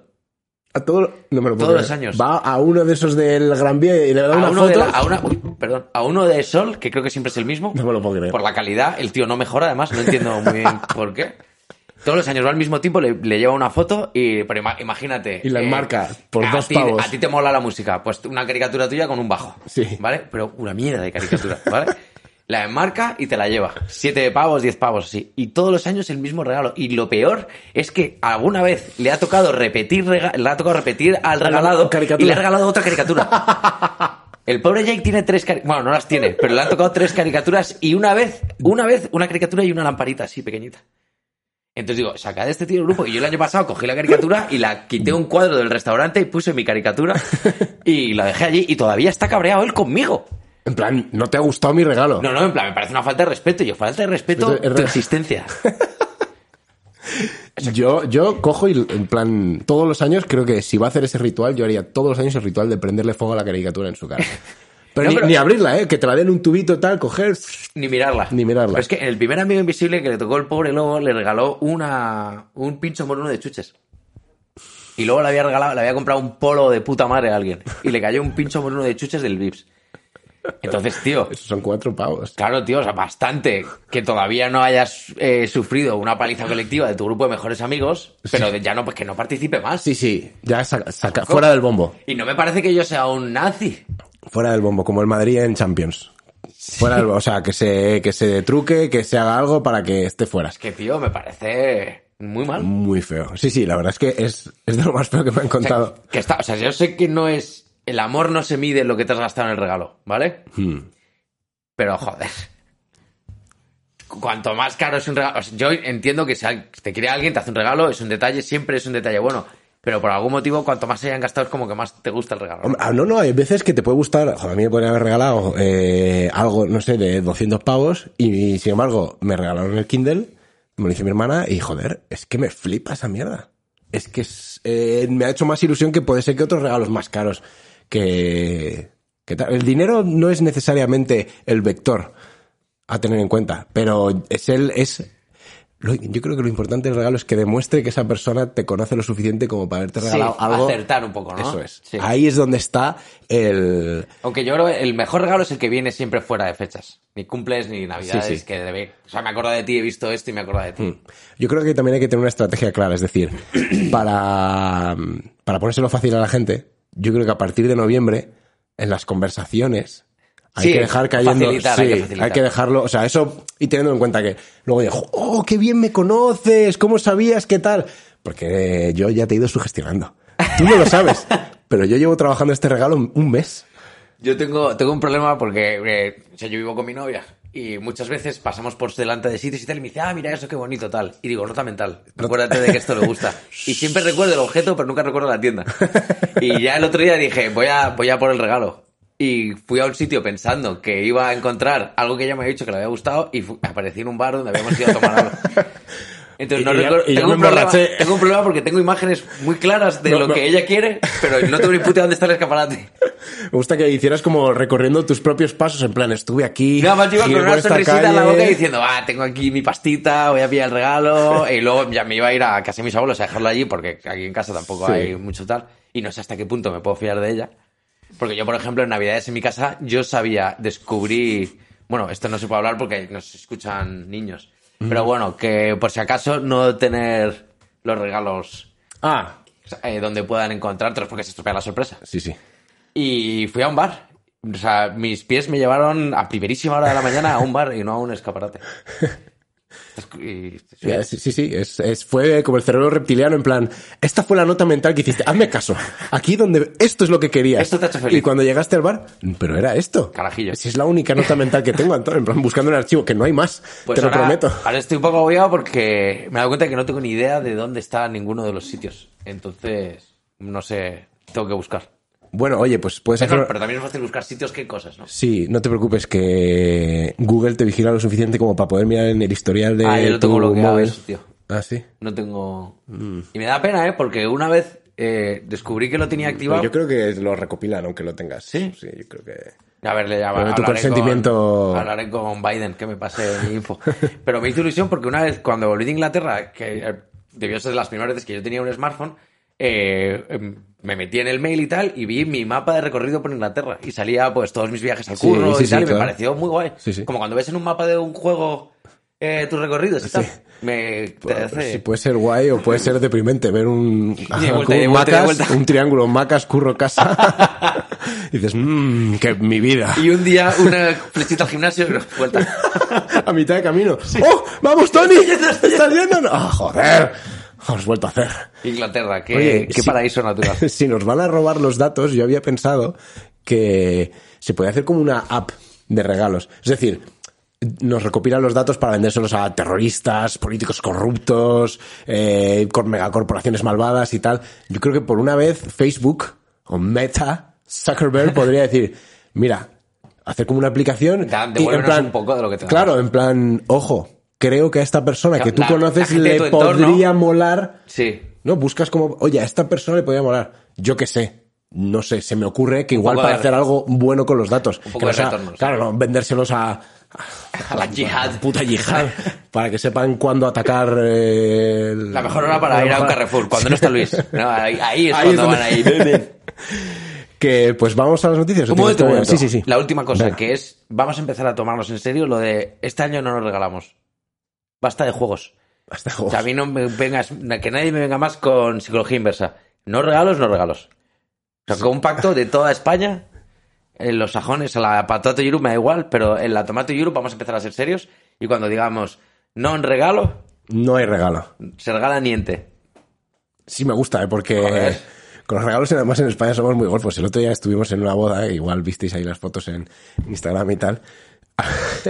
A: A todo, no me lo puedo
B: Todos los
A: creer.
B: años.
A: Va a uno de esos del Gran Vía y le da una
B: a uno
A: foto.
B: De la- a, una- uy, perdón, a uno de Sol, que creo que siempre es el mismo.
A: No me lo puedo creer.
B: Por la calidad, el tío no mejora, además, no entiendo
A: *laughs*
B: muy bien por qué. Todos los años va al mismo tiempo, le, le lleva una foto y pero ima- imagínate. eh,
A: Y la enmarca por
B: a
A: dos
B: ti-
A: pavos.
B: A ti te mola la música, pues una caricatura tuya con un bajo.
A: Sí.
B: ¿Vale? Pero una mierda de caricatura, ¿vale? *laughs* La enmarca y te la lleva. Siete pavos, diez pavos, así. Y todos los años el mismo regalo. Y lo peor es que alguna vez le ha tocado repetir, rega- le ha tocado repetir al
A: la
B: regalado
A: caricatura.
B: y le ha regalado otra caricatura.
A: *laughs*
B: El pobre Jake tiene tres caricaturas. Bueno, no las tiene, pero le han tocado tres caricaturas y una vez, una vez, una caricatura y una lamparita así pequeñita. Entonces digo, saca de este tío el grupo. Y yo el año pasado cogí la caricatura y la quité un cuadro del restaurante y puse mi caricatura y la dejé allí. Y todavía está cabreado él conmigo.
A: En plan, no te ha gustado mi regalo.
B: No, no, en plan, me parece una falta de respeto. Y yo, falta de respeto
A: Pero es
B: tu
A: re-
B: existencia.
A: Yo, yo cojo y, en plan, todos los años creo que si va a hacer ese ritual, yo haría todos los años el ritual de prenderle fuego a la caricatura en su
B: *laughs*
A: cara. Pero,
B: No,
A: ni,
B: pero-
A: ni abrirla, ¿eh? Que te la den un tubito tal, coger...
B: Ni mirarla.
A: Ni mirarla.
B: Pero es que el primer amigo invisible que le tocó el pobre lobo le regaló una, un pincho moruno de chuches. Y luego le había regalado, le había comprado un polo de puta madre a alguien. Y le cayó un pincho moruno de chuches del Vips. Entonces, tío,
A: Esos son cuatro pavos.
B: claro, tío, o sea, bastante que todavía no hayas eh, sufrido una paliza colectiva de tu grupo de mejores amigos, pero de- ya no, pues que no participe más.
A: Sí, sí, ya saca, saca- fuera del bombo.
B: Y no me parece que yo sea un nazi.
A: Fuera del bombo, como el Madrid en Champions. Fuera del, o sea, que se, que se truque, que se haga algo para que esté fuera.
B: Es que, tío, me parece muy mal.
A: Muy feo. Sí, sí, la verdad es que es, es de lo más feo que me han
B: O sea,
A: contado.
B: que está, o sea, yo sé que no es. El amor no se mide en lo que te has gastado en el regalo, ¿vale?
A: Hmm.
B: Pero joder. Cu- Cuanto más caro es un regalo. o sea, yo entiendo que si al- te quiere alguien, te hace un regalo, es un detalle, siempre es un detalle bueno. Pero por algún motivo, cuanto más se hayan gastado, es como que más te gusta el regalo. ¿no?
A: Hombre, ah, No, no, hay veces que te puede gustar, joder, a mí me podrían haber regalado eh, algo, no sé, de 200 pavos y, sin embargo me regalaron el Kindle, me lo hizo mi hermana y joder, es que me flipa esa mierda. Es que es, eh, me ha hecho más ilusión que puede ser que otros regalos más caros que... que tal. El dinero no es necesariamente el vector a tener en cuenta, pero es el... Es, lo- yo creo que lo importante del regalo es que demuestre que esa persona te conoce lo suficiente como para haberte
B: Sí,
A: regalado algo.
B: acertar un poco, ¿no?
A: Eso es.
B: Sí.
A: Ahí es donde está el.
B: Aunque yo creo que el mejor regalo es el que viene siempre fuera de fechas. Ni cumples ni navidades.
A: Sí, Hmm. sí.
B: Que debe- o sea, me acuerdo de ti, he visto esto y me acuerdo de ti.
A: Yo creo que también hay que tener una estrategia clara. Es
B: *clears throat*
A: decir, para, para ponérselo fácil a la gente, yo creo que a partir de noviembre, en las conversaciones, hay
B: Sí,
A: que dejar cayendo.
B: facilitar,
A: sí,
B: hay que facilitar.
A: dejarlo. O sea, eso. Y teniendo en cuenta que luego digo, oh, qué bien me conoces, ¿cómo sabías qué tal? Porque eh, yo ya te he ido sugestionando. Tú no lo
B: *laughs*
A: sabes. Pero yo llevo trabajando este regalo un mes.
B: Yo tengo, tengo un problema porque eh, o sea, yo vivo con mi novia y muchas veces pasamos por delante de sitios y tal y me dice, ah, mira eso, qué bonito, tal. Y digo, nota mental, recuérdate de que esto le gusta. Y siempre recuerdo el objeto, pero nunca recuerdo la tienda. Y ya el otro día dije, voy a, voy a por el regalo. Y fui a un sitio pensando que iba a encontrar algo que ya me había dicho que le había gustado y fu- aparecí en un bar donde habíamos ido a tomar algo. Entonces, no
A: Y ya-
B: recuerdo-
A: y ya
B: tengo,
A: me
B: un problema,
A: emborraché.
B: tengo un problema porque tengo imágenes muy claras de
A: No,
B: lo
A: no.
B: que ella quiere, pero no tengo ni puta dónde está el escaparate.
A: Me gusta que hicieras como recorriendo tus propios pasos, en plan, estuve aquí.
B: Y nada más yo iba
A: giré
B: con
A: por
B: una
A: esta
B: sonrisita en la
A: calle.
B: boca diciendo, ah, tengo aquí mi pastita, voy a pillar
A: *laughs*
B: el regalo. Y luego ya me iba a ir a casa de mis abuelos a dejarlo allí porque aquí en casa tampoco
A: Sí.
B: hay mucho tal. Y no sé hasta qué punto me puedo fiar de ella. Porque yo, por ejemplo, en Navidades en mi casa, yo sabía, descubrí. Bueno, esto no se puede hablar porque nos escuchan niños. Pero bueno, que por si acaso no tener los regalos
A: Ah,
B: eh, donde puedan encontrártelos porque se estropea la sorpresa.
A: sí, sí.
B: Y fui a un bar. O sea, mis pies me llevaron a primerísima hora de la mañana a un bar y no a
A: *laughs*
B: un escaparate. Y-
A: Ya, Sí, sí, sí, es, es- fue como el cerebro reptiliano, en plan, esta fue la nota mental que hiciste, hazme caso, aquí donde esto es lo que querías.
B: Esto te ha hecho feliz.
A: Y cuando llegaste al bar, pero era esto.
B: Carajillo.
A: Si es la única nota mental que tengo, Antonio, en plan, buscando un archivo, que no hay más,
B: Pues
A: te lo
B: ahora-
A: prometo.
B: Ahora estoy un poco agobiado porque me he dado cuenta que no tengo ni idea de dónde está ninguno de los sitios. Entonces, no sé, tengo que buscar.
A: Bueno, oye, pues puedes
B: Pero,
A: hacer...
B: pero también es fácil buscar sitios que cosas, ¿no?
A: Sí, no te preocupes que Google te vigila lo suficiente como para poder mirar en el historial de
B: Ah, yo lo
A: tu
B: tengo bloqueado,
A: móvil.
B: eso, tío.
A: Ah, sí.
B: No tengo...
A: Mm.
B: Y me da pena, ¿eh? Porque una vez eh, descubrí que lo tenía activado...
A: Mm, Yo creo que lo recopilan aunque lo tengas.
B: ¿Sí?
A: Sí, yo creo que...
B: A ver, le llama.
A: Pero tu
B: hablaré
A: consentimiento-
B: Con, hablaré con Biden, que me pase mi
A: *laughs*
B: info. Pero me hizo ilusión porque una vez cuando volví de Inglaterra, que eh, debió ser de las primeras veces que yo tenía un smartphone, eh, em, me metí en el mail y tal y vi mi mapa de recorrido por Inglaterra. Y salía pues todos mis viajes al
A: Sí,
B: curro
A: sí,
B: y
A: sí,
B: tal, y me
A: claro.
B: pareció muy guay.
A: Sí, sí.
B: Como cuando ves en un mapa de un juego eh, tus recorridos y tal. Me te hace-
A: Pues Sí, puede ser guay o puede ser deprimente ver un,
B: de vuelta,
A: un
B: y de vuelta, y de
A: macas,
B: vuelta.
A: un triángulo macas curro
B: *laughs*
A: casa. y dices, mmm, que mi vida.
B: Y un día una flechita al gimnasio *laughs* y vuelta.
A: a mitad de camino. ¡Oh! ¡Vamos,
B: *laughs*
A: Tony! ¿Estás viendo? ¡Ah, joder! Os vuelto a hacer.
B: Inglaterra, qué,
A: Oye,
B: qué
A: sí.
B: paraíso natural.
A: *laughs* si nos van a robar los datos, yo había pensado que se podía hacer como una app de regalos. Es decir, nos recopilan los datos para vendérselos a terroristas, políticos corruptos, eh, con megacorporaciones malvadas y tal. Yo creo que por una vez Facebook o Meta, Zuckerberg podría decir, mira, hacer como una aplicación
B: Da-
A: y en
B: devuélvenos
A: plan,
B: un poco de lo que tengamos.
A: claro, en plan, ojo, creo que a esta persona que tú
B: La- la
A: conoces
B: gente de
A: le
B: tu entorno.
A: podría molar
B: Sí.
A: no, buscas como, oye, a esta persona le podría molar. Yo qué sé. No sé, se me ocurre que igual
B: poco
A: para
B: de-
A: hacer algo bueno con los datos.
B: poco
A: Que no
B: de
A: sea-
B: retorno, sí.
A: claro, no, vendérselos a, *laughs* a,
B: A la yihad.
A: puta
B: *laughs*
A: yihad, para que sepan cuándo atacar. eh, el-
B: La mejor hora para
A: la
B: ir a un
A: mejor-
B: Carrefour, cuando no está Luis. No, ahí, ahí es
A: Ahí es
B: cuando van a
A: donde-
B: ir.
A: Que pues vamos a las noticias. ¿o
B: Un
A: tienes
B: momento, un
A: todavía?
B: momento.
A: Sí, sí, sí.
B: La última cosa,
A: Venga.
B: que es, vamos a empezar a tomarnos en serio lo de, este año no nos regalamos. Basta de juegos.
A: Hasta
B: O sea, a mí no me vengas, que nadie me venga más con psicología inversa. No regalos, no regalos. O sea, con un pacto de toda España, en los sajones, a la patata y me da igual, pero en la tomate y vamos a empezar a ser serios y cuando digamos, no en regalo,
A: No hay regalo.
B: se regala niente.
A: Sí, me gusta, ¿eh? porque
B: Joder.
A: eh, con los regalos además en España somos muy golfos. El otro día estuvimos en una boda, ¿eh? igual visteis ahí las fotos en Instagram y tal. *laughs*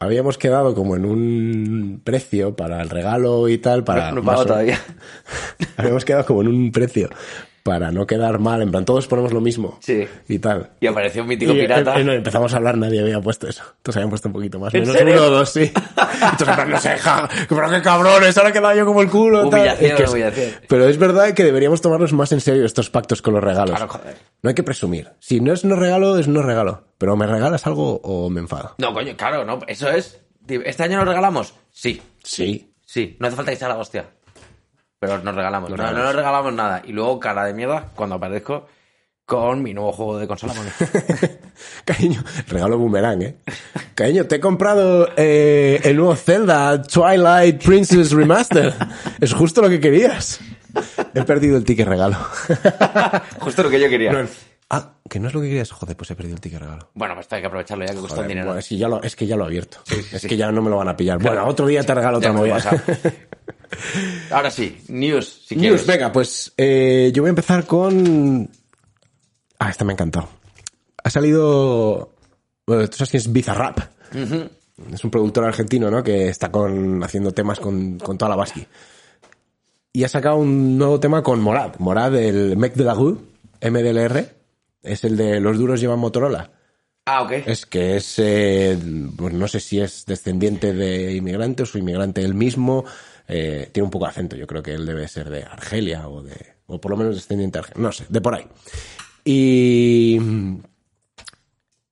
A: Habíamos quedado como en un precio para el regalo y tal. Para
B: No, no
A: más
B: pago
A: o-
B: todavía.
A: *laughs* Habíamos quedado como en un precio para no quedar mal. En plan, todos ponemos lo mismo
B: Sí.
A: y tal.
B: *laughs* Y apareció un mítico
A: Y,
B: pirata.
A: eh, eh, no, empezamos a hablar, nadie había puesto eso. Entonces habían puesto un poquito más.
B: ¿En
A: Menos
B: serio?
A: uno o dos, sí. Entonces, en plan, no sé, ja, pero qué cabrones, ahora he quedado yo como el culo. tal.
B: Humillación,
A: Es que es-
B: humillación.
A: Pero es verdad que deberíamos tomarnos más en serio estos pactos con los regalos.
B: Claro, joder.
A: No hay que presumir. Si no es no regalo, es no regalo. Pero me regalas algo o me enfado.
B: No, coño, claro, no, eso es. ¿Este año nos regalamos? Sí,
A: Sí. *laughs*
B: sí, no hace falta que sea la hostia. Pero nos regalamos, no,
A: regalas.
B: no nos regalamos nada. Y luego, cara de mierda, cuando aparezco con mi nuevo juego de consola. mami.
A: Cariño, regalo boomerang, ¿eh? Cariño, te he comprado eh, el nuevo Zelda Twilight Princess Remaster. Es *laughs* justo lo que querías. He perdido el ticket regalo. *laughs*
B: Justo lo que yo quería.
A: No,
C: Ah, que no es lo que querías. Joder, pues he perdido el ticket regalo.
B: Bueno, pues esto hay que aprovecharlo ya que cuesta
A: Joder, pues,
B: un dinero.
A: bueno, es, que ya lo, es que ya lo he abierto. es
B: sí.
A: que ya no me lo van a pillar.
B: Claro.
A: Bueno, otro día te regalo
B: Ya
A: otra
B: me
A: movida. *laughs*
B: pasa. Ahora sí, news, si
A: News,
B: quieres.
A: venga, pues eh, yo voy a empezar con. Ah, esta me ha encantado. Ha salido. Bueno, tú sabes quién es Bizarrap. Es un productor argentino, ¿no? Que está con, haciendo temas con, con toda la Basqui. Y ha sacado un nuevo tema con Morad. Morad, el Mec de la Rue, MDLR. Es el de Los duros llevan Motorola.
B: Ah, ok.
A: Es que es, eh, pues no sé si es descendiente de inmigrante o su inmigrante él mismo. eh, tiene un poco de acento, yo creo que él debe ser de Argelia o de, o por lo menos descendiente de Argelia, no sé, de por ahí. Y,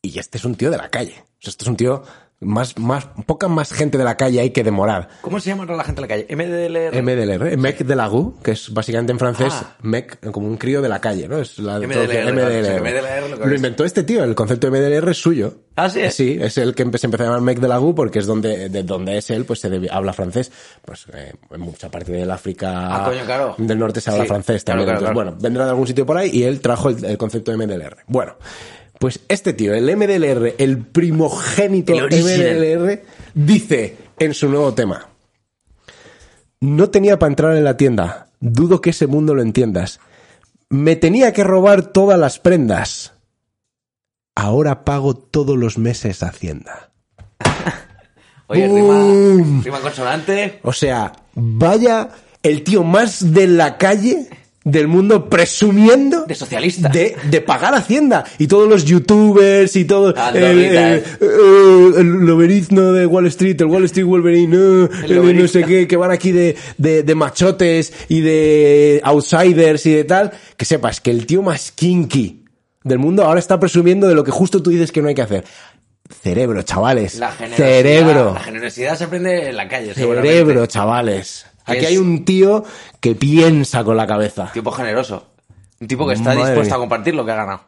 A: y este es un tío de la calle. O sea, este es un tío más, más, poca más gente de la calle hay que demorar.
B: ¿Cómo se llama ahora la gente en la calle? MDLR.
A: MDLR, Mec ¿eh? de la Gu, que es básicamente en francés
B: Ah.
A: Mec, como un crío de la calle, ¿no? Es la
B: MDLR,
A: traducción,
B: claro, o sea, MDLR lo que es.
A: Lo inventó este tío, el concepto de MDLR es suyo.
B: Ah, ¿sí?
A: Sí, es el que empe- se empezó a llamar Mec de la Gu porque es donde, de donde es él, pues se debi- habla francés. Pues eh, en mucha parte del África
B: Ah, coño, claro.
A: del norte se habla
B: Sí,
A: francés
B: claro,
A: también.
B: claro,
A: Entonces,
B: claro.
A: bueno, vendrá de algún sitio por ahí y él trajo el, el concepto de MDLR. Bueno, pues este tío, el MDLR, el primogénito
B: El original.
A: MDLR, dice en su nuevo tema. No tenía para entrar en la tienda. Dudo que ese mundo lo entiendas. Me tenía que robar todas las prendas. Ahora pago todos los meses Hacienda.
B: Oye,
A: Boom.
B: rima, rima consonante.
A: O sea, vaya el tío más de la calle del mundo presumiendo
B: De socialista.
A: de, de pagar hacienda y todos los youtubers y todo el, el,
B: Andorrita, eh.
A: eh, el loberizno de Wall Street el Wall Street Wolverine eh, el de no
B: loberista.
A: sé qué que van aquí de, de, de machotes y de outsiders y de tal que sepas que el tío más kinky del mundo ahora está presumiendo de lo que justo tú dices que no hay que hacer cerebro chavales
B: La generosidad.
A: cerebro
B: La generosidad se aprende en la calle, seguramente.
A: Cerebro, chavales. Aquí
B: Es-
A: hay un tío que piensa con la cabeza.
B: Tipo generoso. Un tipo que está
A: Madre
B: dispuesto
A: mía.
B: a compartir lo que ha ganado.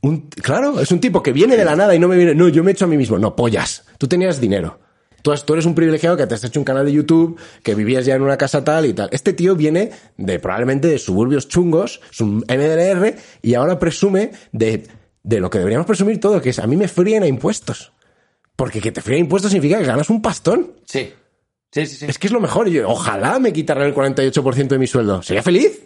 A: Un- claro, es un tipo que viene de la nada y no me viene. No, yo me he hecho a mí mismo. No, pollas. Tú tenías dinero. Tú, has- tú eres un privilegiado que te has hecho un canal de YouTube, que vivías ya en una casa tal y tal. Este tío viene de probablemente de suburbios chungos, es un MDLR, y ahora presume de, de lo que deberíamos presumir todo, que es a mí me fríen a impuestos. Porque que te fríen a impuestos significa que ganas un pastón.
B: Sí. Sí, sí, sí.
A: Es que es lo mejor. Y yo, ojalá me quitaran el 48% de mi sueldo. ¿Sería feliz?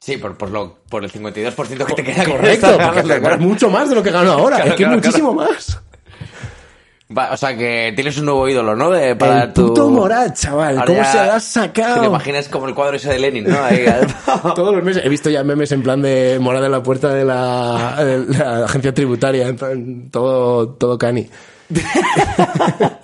B: Sí, por, por, lo, por el 52% que te queda con
A: Correcto,
B: esto.
A: porque te ganas mucho más de lo que gano ahora.
B: Claro,
A: es que
B: claro,
A: muchísimo más.
B: Va, o sea que tienes un nuevo ídolo, ¿no? De, para
A: El
B: tu...
A: puto Morat, chaval, ¿cómo
B: ya
A: se lo has
B: Te
A: sacado?
B: lo imaginas como el cuadro ese de Lenin, ¿no? Ahí,
A: Todos los meses he visto ya memes en plan de Morat en la puerta de la, de la agencia tributaria, en plan, todo, todo cani. *laughs*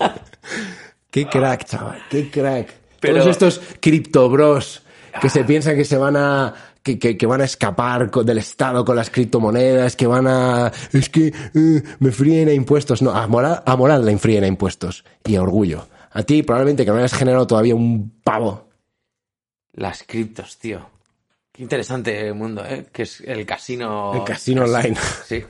A: qué crack, chaval, qué crack.
B: Pero-
A: Todos estos criptobros que se piensan que se van a que, que- que van a escapar co- del Estado con las criptomonedas, que van a... Es que eh, me fríen a impuestos. No, a moral, a moral le infríen a impuestos y a orgullo. A ti probablemente que no hayas generado todavía un pavo
B: *laughs* Las criptos, tío. Qué interesante mundo, ¿eh? Que es el casino...
A: El casino online.
B: Sí.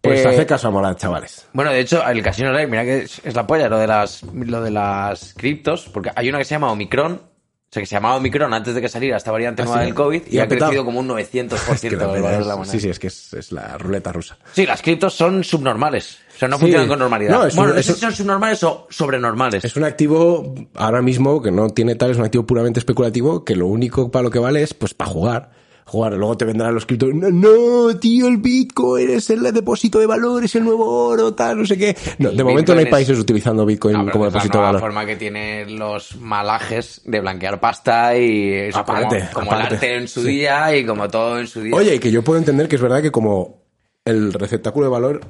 A: Pues
B: Eh,
A: hace caso a Morad, chavales.
B: Bueno, de hecho, el casino online, mira que es, es la polla lo de las lo de las criptos, porque hay una que se llama Omicron, o sea, que se llamaba Omicron antes de que saliera esta variante
A: Ah,
B: nueva
A: sí.
B: del COVID y,
A: Y ha
B: ha, crecido
A: petado. *laughs*
B: como un 900%
A: Es que
B: el valor de la
A: la
B: moneda.
A: sí, sí, es que es, es la ruleta rusa.
B: Sí, las criptos son subnormales, o sea, no
A: Sí.
B: funcionan con normalidad.
A: No, es
B: bueno,
A: un-
B: no
A: es
B: sé
A: un-
B: si son subnormales o sobrenormales.
A: Es un activo ahora mismo que no tiene tal, es un activo puramente especulativo que lo único para lo que vale es pues para jugar. Jugar, luego te vendrán los cripto. No, no, tío, el Bitcoin es el depósito de valor, es el nuevo oro, tal, no sé qué. No, de
B: El
A: momento no hay
B: Bitcoin es-
A: países utilizando Bitcoin
B: No, Ah, pero
A: como
B: es la
A: depósito de
B: nueva
A: valor.
B: forma que tienen los malajes de blanquear pasta y eso, como-
A: Aparte,
B: como,
A: aparte.
B: el arte en su día y como todo en su día.
A: Oye, y que yo puedo entender que es verdad que como el receptáculo de valor,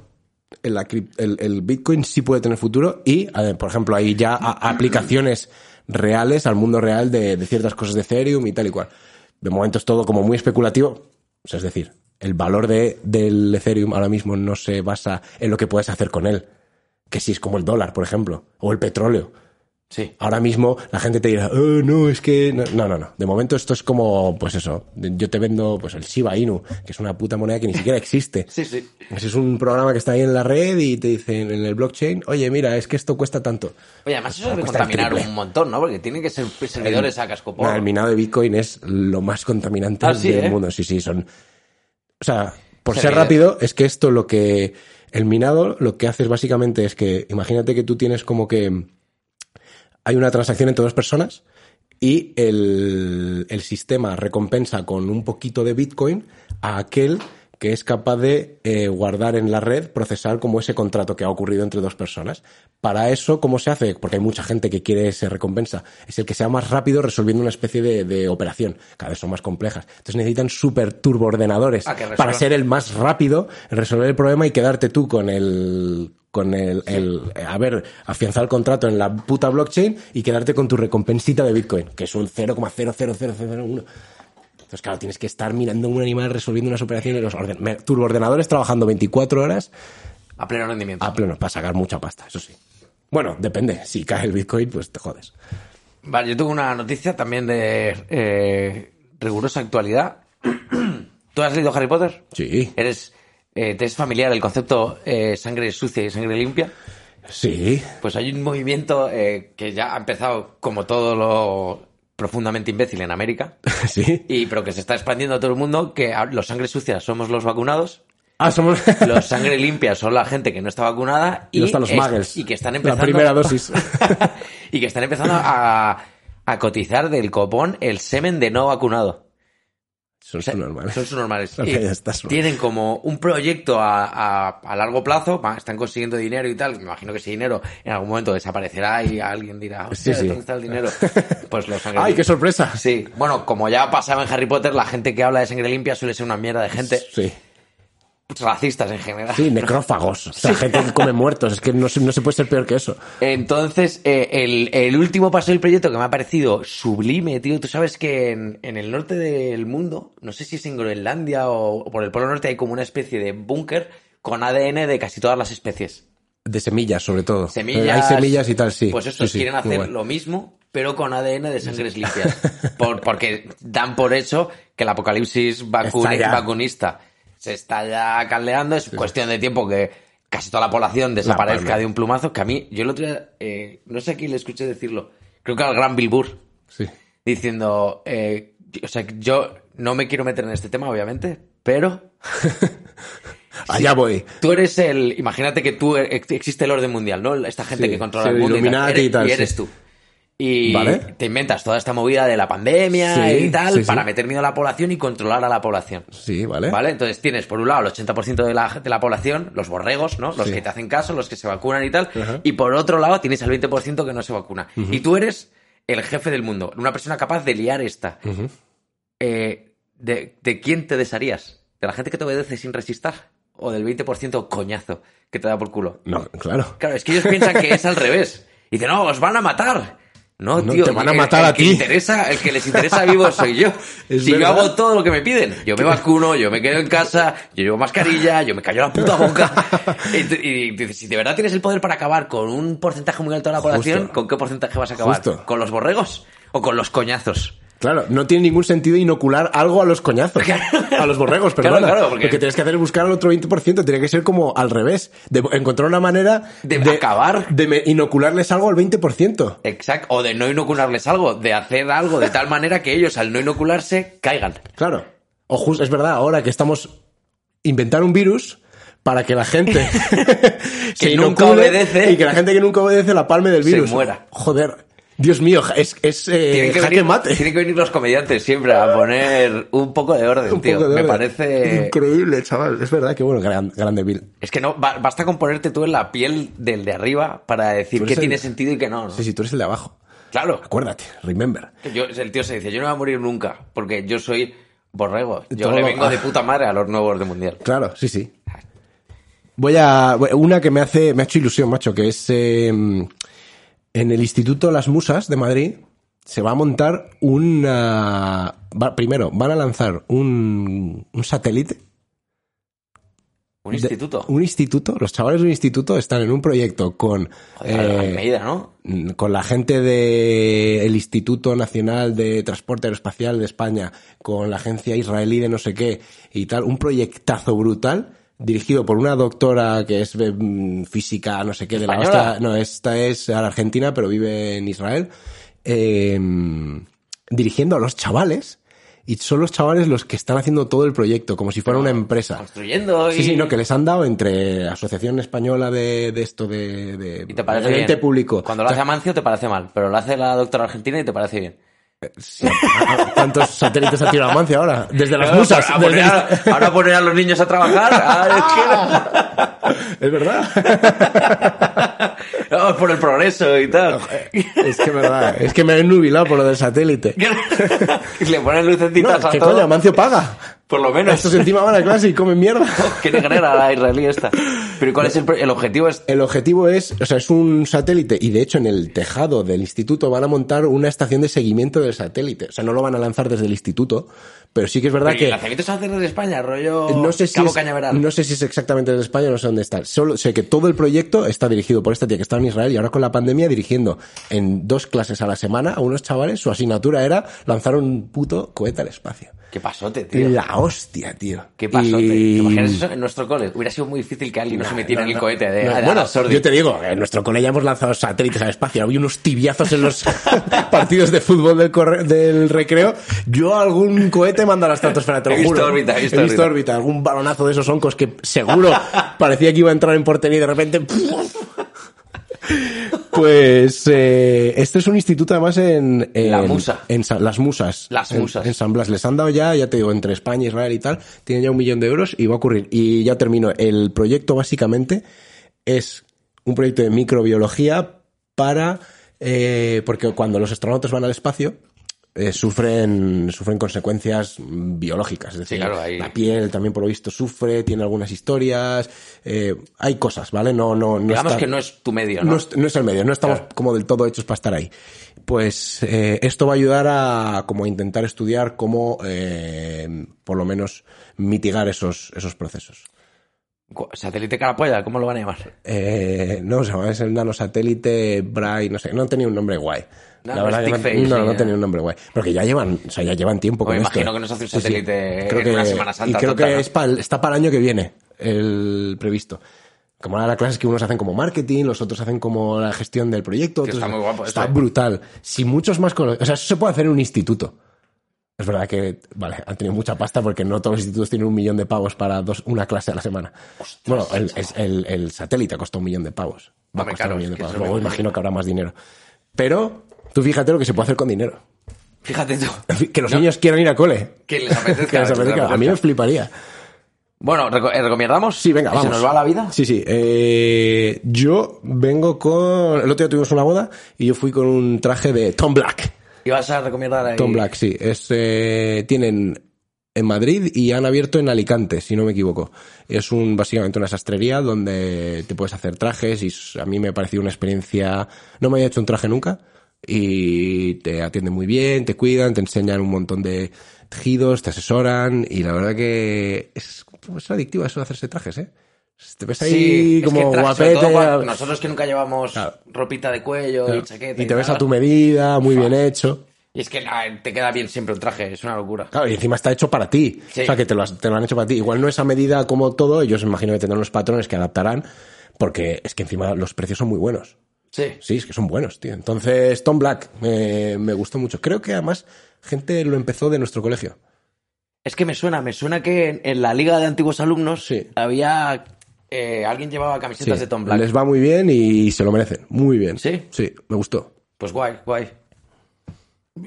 A: el, la crip- el- el Bitcoin sí puede tener futuro y, a ver, por ejemplo, hay ya a- aplicaciones reales al mundo real de, de ciertas cosas de Ethereum y tal y cual. De momento es todo como muy especulativo. O sea, es decir, el valor de, del Ethereum ahora mismo no se basa en lo que puedes hacer con él. Que si es como el dólar, por ejemplo, o el petróleo.
B: sí.
A: Ahora mismo la gente te dirá, "Eh, no, es que... No, no, no, no. De momento esto es como, pues eso, de- yo te vendo pues el Shiba Inu, que es una puta moneda que ni siquiera
B: *laughs*
A: existe.
B: Sí, sí.
A: Ese es un programa que está ahí en la red y te dicen en el blockchain, oye, mira, es que esto cuesta tanto.
B: Oye, además eso debe
A: cuesta el
B: contaminar
A: triple.
B: un montón, ¿no? Porque tienen que ser servidores a casco
A: Nah, el
B: porro.
A: minado de Bitcoin es lo más contaminante
B: Ah, sí,
A: del
B: ¿eh?
A: mundo. Sí, sí, son... O sea, por
B: Se
A: ser
B: ríe.
A: rápido, es que esto lo que. El minado lo que haces básicamente es que. Imagínate que tú tienes como que. Hay una transacción entre dos personas y el, el sistema recompensa con un poquito de Bitcoin a aquel que es capaz de eh, guardar en la red, procesar como ese contrato que ha ocurrido entre dos personas. Para eso, ¿cómo se hace? Porque hay mucha gente que quiere esa recompensa. Es el que sea más rápido resolviendo una especie de, de operación. Cada vez son más complejas. Entonces necesitan super turboordenadores
B: Ah, que resuelvan.
A: para ser el más rápido, resolver el problema y quedarte tú con el con el, el- eh, haber afianzado el contrato en la puta blockchain y quedarte con tu recompensita de Bitcoin, que es un 0,00001. Entonces, claro, tienes que estar mirando un animal resolviendo unas operaciones, los orden- me- turboordenadores trabajando 24 horas
B: A pleno rendimiento.
A: a pleno para sacar mucha pasta, eso sí. Bueno, depende. Si cae el Bitcoin, pues te jodes.
B: Vale, yo tengo una noticia también de eh, rigurosa actualidad. *clears throat* ¿Tú has leído Harry Potter?
A: Sí,
B: ¿Eres, eh, ¿Te es familiar el concepto eh, sangre sucia y sangre limpia?
A: sí. *laughs*
B: Pues hay un movimiento eh, que ya ha empezado como todo lo profundamente imbécil en América,
A: Sí.
B: y pero que se está expandiendo a todo el mundo, que a- los sangre sucias somos los vacunados,
A: Ah,
B: *laughs*
A: somos... *laughs*
B: los sangre limpias son la gente que no está vacunada
A: Y
B: y,
A: no están los
B: es-
A: muggles.
B: y que están
A: La
B: empezando *laughs*
A: primera dosis.
B: y que están empezando a, a cotizar del copón el semen de no vacunado.
A: Son
B: O sea,
A: subnormales.
B: Son subnormales.
A: Ok,
B: Y
A: ya está, subnormal.
B: tienen como un proyecto a, a- a largo plazo, va- están consiguiendo dinero y tal. Me imagino que ese dinero en algún momento desaparecerá y alguien dirá,
A: Sí,
B: "Hostia,
A: sí.
B: ¿dónde está
A: *laughs*
B: el dinero? Pues los sangre
A: ¡Ay, qué
B: limpia.
A: sorpresa!
B: Sí, bueno, como ya pasaba en Harry Potter, la gente que habla de sangre limpia suele ser una mierda de gente
A: Sí.
B: racistas en general.
A: Sí, necrófagos. O sea, gente que come muertos. Es que no, se- no se puede ser peor que eso.
B: Entonces, eh, el, el último paso del proyecto que me ha parecido sublime, tío. Tú sabes que en, en el norte del mundo, no sé si es en Groenlandia o, o por el Polo Norte, hay como una especie de búnker con ADN de casi todas las especies.
A: De semillas, sobre todo. Eh,
B: Semillas.
A: Hay semillas y tal, sí.
B: Pues estos
A: Sí, sí,
B: quieren
A: muy
B: hacer
A: guay.
B: lo mismo, pero con ADN de
A: *laughs*
B: sangres limpias. Por- porque dan por hecho que el apocalipsis vacu-
A: Está ya.
B: vacunista se está ya caldeando. Es cuestión de tiempo que casi toda la población desaparezca
A: palma.
B: de un plumazo. Que a mí, yo el otro día, eh, no sé a quién le escuché decirlo, creo que al gran Bill Burr,
A: Sí.
B: diciendo, eh, o sea, yo no me quiero meter en este tema, obviamente, pero
A: Allá voy.
B: Tú eres el. Imagínate que tú e, ex- existe el orden mundial, ¿no? Esta gente
A: Sí,
B: que controla
A: sí,
B: el mundo.
A: Illuminati
B: eres,
A: y tal, sí.
B: eres tú. Y
A: Vale.
B: te inventas toda esta movida de la pandemia
A: Sí,
B: y tal
A: sí, sí.
B: para meter miedo a la población y controlar a la población.
A: Sí, ¿vale?
B: ¿Vale? Entonces tienes, por un lado, el 80% de la, de la población, los borregos, ¿no? Los
A: Sí.
B: que te hacen caso, los que se vacunan y tal. Y por otro lado, tienes al 20% que no se vacuna. Y tú eres el jefe del mundo, una persona capaz de liar esta. Eh, de, de quién te desharías? ¿De la gente que te obedece sin resistar? ¿O del 20% coñazo que te da por culo?
A: No, claro.
B: Claro, es que ellos piensan que es al revés. Y dicen, no, os van a matar. No,
A: No,
B: tío.
A: te van a
B: el-
A: matar
B: el
A: a
B: que
A: ti.
B: interesa- el que les interesa vivo soy yo.
A: *laughs* Es
B: si
A: verdad.
B: yo hago todo lo que me piden. Yo me vacuno, yo me quedo en casa, yo llevo mascarilla, yo me callo
A: *laughs*
B: la puta boca. Y, tú- y dices, si de verdad tienes el poder para acabar con un porcentaje muy alto de la
A: Justo.
B: población, ¿con qué porcentaje vas a acabar?
A: Justo.
B: ¿Con los borregos? ¿O con los coñazos?
A: Claro, no tiene ningún sentido inocular algo a los
B: *laughs*
A: coñazos, a los borregos,
B: Claro,
A: perdona.
B: claro, porque-
A: Lo que tienes que hacer es buscar al otro 20%, tiene que ser como al revés, de encontrar una manera
B: De acabar.
A: de me- inocularles algo al 20%.
B: Exacto. O de no inocularles algo, de hacer algo de tal manera que ellos al no inocularse caigan.
A: Claro. O justo, es verdad, ahora que estamos inventar un virus para que la gente
B: *laughs* Que nunca
A: inocule
B: obedece.
A: y que la gente que nunca obedece la palme del
B: Se
A: virus.
B: muera.
A: Joder. Dios mío, es, es eh,
B: Tienen que,
A: jaque
B: venir,
A: mate.
B: tienen que venir los comediantes siempre a poner un poco de
A: *laughs*
B: orden,
A: Un
B: tío.
A: poco de
B: Me
A: orden.
B: parece.
A: Increíble, chaval. Es verdad que bueno, gran- grande Bill.
B: Es que no, ba- basta con ponerte tú en la piel del de arriba para decir
A: Tú
B: que
A: eres
B: tiene
A: el-
B: sentido y que no. ¿no?
A: Sí, sí, tú eres el de abajo.
B: Claro.
A: Acuérdate, remember.
B: Yo- el tío se dice: Yo no voy a morir nunca porque yo soy borrego. Yo
A: Todo
B: le
A: lo-
B: vengo
A: *laughs*
B: de puta madre a los nuevos de mundial.
A: Claro, sí, sí. Voy a. Una que me hace. Me ha hecho ilusión, macho, que es. eh, en el Instituto Las Musas de Madrid se va a montar una. va- primero, van a lanzar un, un satélite.
B: Un
A: de-
B: instituto.
A: Un instituto. Los chavales de un instituto están en un proyecto con.
B: Joder,
A: eh,
B: Almeida, ¿no?
A: mm, con la gente del Instituto Nacional de Transporte Aeroespacial de España, con la agencia israelí de no sé qué y tal, un proyectazo brutal dirigido por una doctora que es eh, mm, física, no sé qué, de la
B: ¿Española?
A: hostia- No, esta es a la Argentina, em, pero vive en Israel, eh, dirigiendo a los chavales Y son los chavales los que están haciendo todo el proyecto, como si fuera una empresa.
B: Construyendo y...
A: Sí, sí, no, que les han dado entre Asociación Española de, de esto de, de
B: y te parece
A: ente
B: bien.
A: público.
B: Cuando lo hace Amancio te parece mal, pero lo hace la doctora argentina y te parece bien.
A: *laughs* ¿Cuántos satélites ha tirado Amancio ahora? Desde las
B: Claro,
A: musas.
B: ahora, poner
A: desde-
B: a, ahora poner a los niños a trabajar. ah,
A: *laughs* Es verdad.
B: *laughs* es que- vamos Oh, por el progreso y tal. *laughs*
A: Es que, verdad, es que me he nubilado por lo del satélite.
B: Le ponen
A: No,
B: lucecitas a
A: que
B: todo.
A: coño, Amancio paga.
B: Por lo menos. *laughs*
A: Estos encima van a clase y comen mierda.
B: Qué negrera la israelí esta. Pero ¿cuál es el, pro- el objetivo? Es...
A: El objetivo es, o sea, es un satélite y de hecho en el tejado del instituto van a montar una estación de seguimiento del satélite. O sea, no lo van a lanzar desde el instituto, pero sí que es verdad
B: Pero, ¿y
A: que...
B: ¿El lanzamiento se hace desde España? Rollo
A: Eh, No sé, si
B: Cabo
A: es,
B: Cañaveral.
A: no sé si es exactamente de España, no sé dónde está. Solo sé que todo el proyecto está dirigido por esta tía que estaba en Israel y ahora con la pandemia dirigiendo en dos clases a la semana a unos chavales. Su asignatura era lanzar un puto cohete al espacio.
B: Qué pasote, tío.
A: La hostia, tío.
B: Qué pasote.
A: Y-
B: ¿Te imaginas eso en nuestro cole? Hubiera sido muy difícil que alguien nos metiera en el cohete de,
A: No,
B: de
A: bueno,
B: Arasordi.
A: yo te digo, en nuestro cole ya hemos lanzado satélites al espacio. Había unos tibiazos en los *laughs* partidos de fútbol del, corre- del recreo. Yo algún cohete mando a la estratosfera, te lo
B: He visto
A: juro. ¿eh?
B: órbita, he visto
A: visto
B: órbita.
A: órbita, algún balonazo de esos oncos que
B: *laughs*
A: seguro parecía que iba a entrar en portería y de repente. ¡puf! Pues eh, este es un instituto además en, en-
B: La Musa.
A: en Sa- las musas
B: Las
A: en-
B: Musas.
A: en San Blas les han dado ya, ya te digo, entre España, Israel y tal, tienen ya un millón de euros y va a ocurrir. Y ya termino. El proyecto básicamente es un proyecto de microbiología para... eh, porque cuando los astronautas van al espacio... eh, sufren, sufren consecuencias mm, biológicas. Es decir,
B: claro, ahí-
A: la piel también por lo visto sufre, tiene algunas historias, eh, hay cosas, ¿vale? No, no, no
B: Digamos
A: está-
B: que no es tu medio, ¿no?
A: no es, no es el medio, no estamos
B: Claro.
A: como del todo hechos para estar ahí. Pues eh, esto va a ayudar a como a intentar estudiar cómo eh, por lo menos mitigar esos, esos procesos.
B: Cu- ¿Satélite Carapolla? ¿Cómo lo van a llamar?
A: Eh, no, se llama, es el nanosatélite Bray, no sé, no tenía un nombre guay.
B: No,
A: La
B: no,
A: verdad que no,
B: Stickface,
A: no,
B: sí,
A: no
B: eh.
A: tenía un nombre guay. Porque ya llevan, o sea, ya llevan tiempo
B: Me
A: con esto.
B: imagino que nos hace un
A: Sí, sí.
B: satélite
A: Creo
B: en
A: que-
B: una Semana Santa
A: Y creo
B: total,
A: que
B: ¿no?
A: es pa el- está para el año que viene, el previsto. Como ahora la clase es que unos hacen como marketing, los otros hacen como la gestión del proyecto.
B: Tío,
A: otros-
B: está muy guapo
A: Está
B: eso, eh.
A: brutal. Si muchos más... cono- O sea, eso se puede hacer en un instituto. Es verdad que, vale, han tenido mucha pasta porque no todos los institutos tienen un millón de pavos para dos, una clase a la semana. bueno, el, es- el- el satélite costó un millón de pavos. Va a
B: Hombre,
A: costar
B: claro,
A: un millón de
B: es que
A: pavos.
B: eso
A: Luego
B: me
A: imagino que habrá más dinero. Pero tú fíjate lo que se puede hacer con dinero. *laughs*
B: Fíjate tú.
A: Que los niños quieran ir a cole.
B: Que les apetezca.
A: Que les apetezca. A mí me fliparía.
B: Bueno, reco- eh, ¿recomendamos?
A: Sí, venga,
B: ¿Que
A: vamos.
B: ¿Se nos va la vida?
A: Sí, sí. Eh, yo vengo con... El otro día tuvimos una boda y yo fui con un traje de Tom Black.
B: ¿Y vas a recomendar ahí?
A: Tom Black, sí. Es, eh, tienen en Madrid y han abierto en Alicante, si no me equivoco. Es un básicamente una sastrería donde te puedes hacer trajes y s- a mí me ha parecido una experiencia... No me había hecho un traje nunca y te atienden muy bien, te cuidan, te enseñan un montón de tejidos, te asesoran y la verdad que es, es adictivo eso de hacerse trajes, ¿eh? Te ves ahí
B: Sí, es que
A: como
B: tra- sobre
A: guapete...
B: todo cuando-
A: a-
B: Nosotros que nunca llevamos
A: Claro.
B: ropita de cuello y chaqueta.
A: y te ves
B: nada.
A: a tu medida, muy bien hecho.
B: Y es que la- te queda bien siempre un traje, es una locura.
A: Claro, y encima está hecho para ti.
B: Sí.
A: O sea, que te lo, has- te lo han hecho para ti. Igual no es a medida como todo, ellos imagino que tendrán los patrones que adaptarán, porque es que encima los precios son muy buenos.
B: Sí.
A: Sí, es que son buenos, tío. Entonces, Tom Black, eh, me gustó mucho. Creo que además gente lo empezó de nuestro colegio.
B: Es que me suena, me suena que en, en la liga de antiguos alumnos
A: Sí.
B: había. eh, alguien llevaba camisetas
A: Sí.
B: de Tom Black.
A: Les va muy bien y se lo merecen. Muy bien.
B: ¿Sí?
A: Sí, me gustó.
B: Pues guay, guay.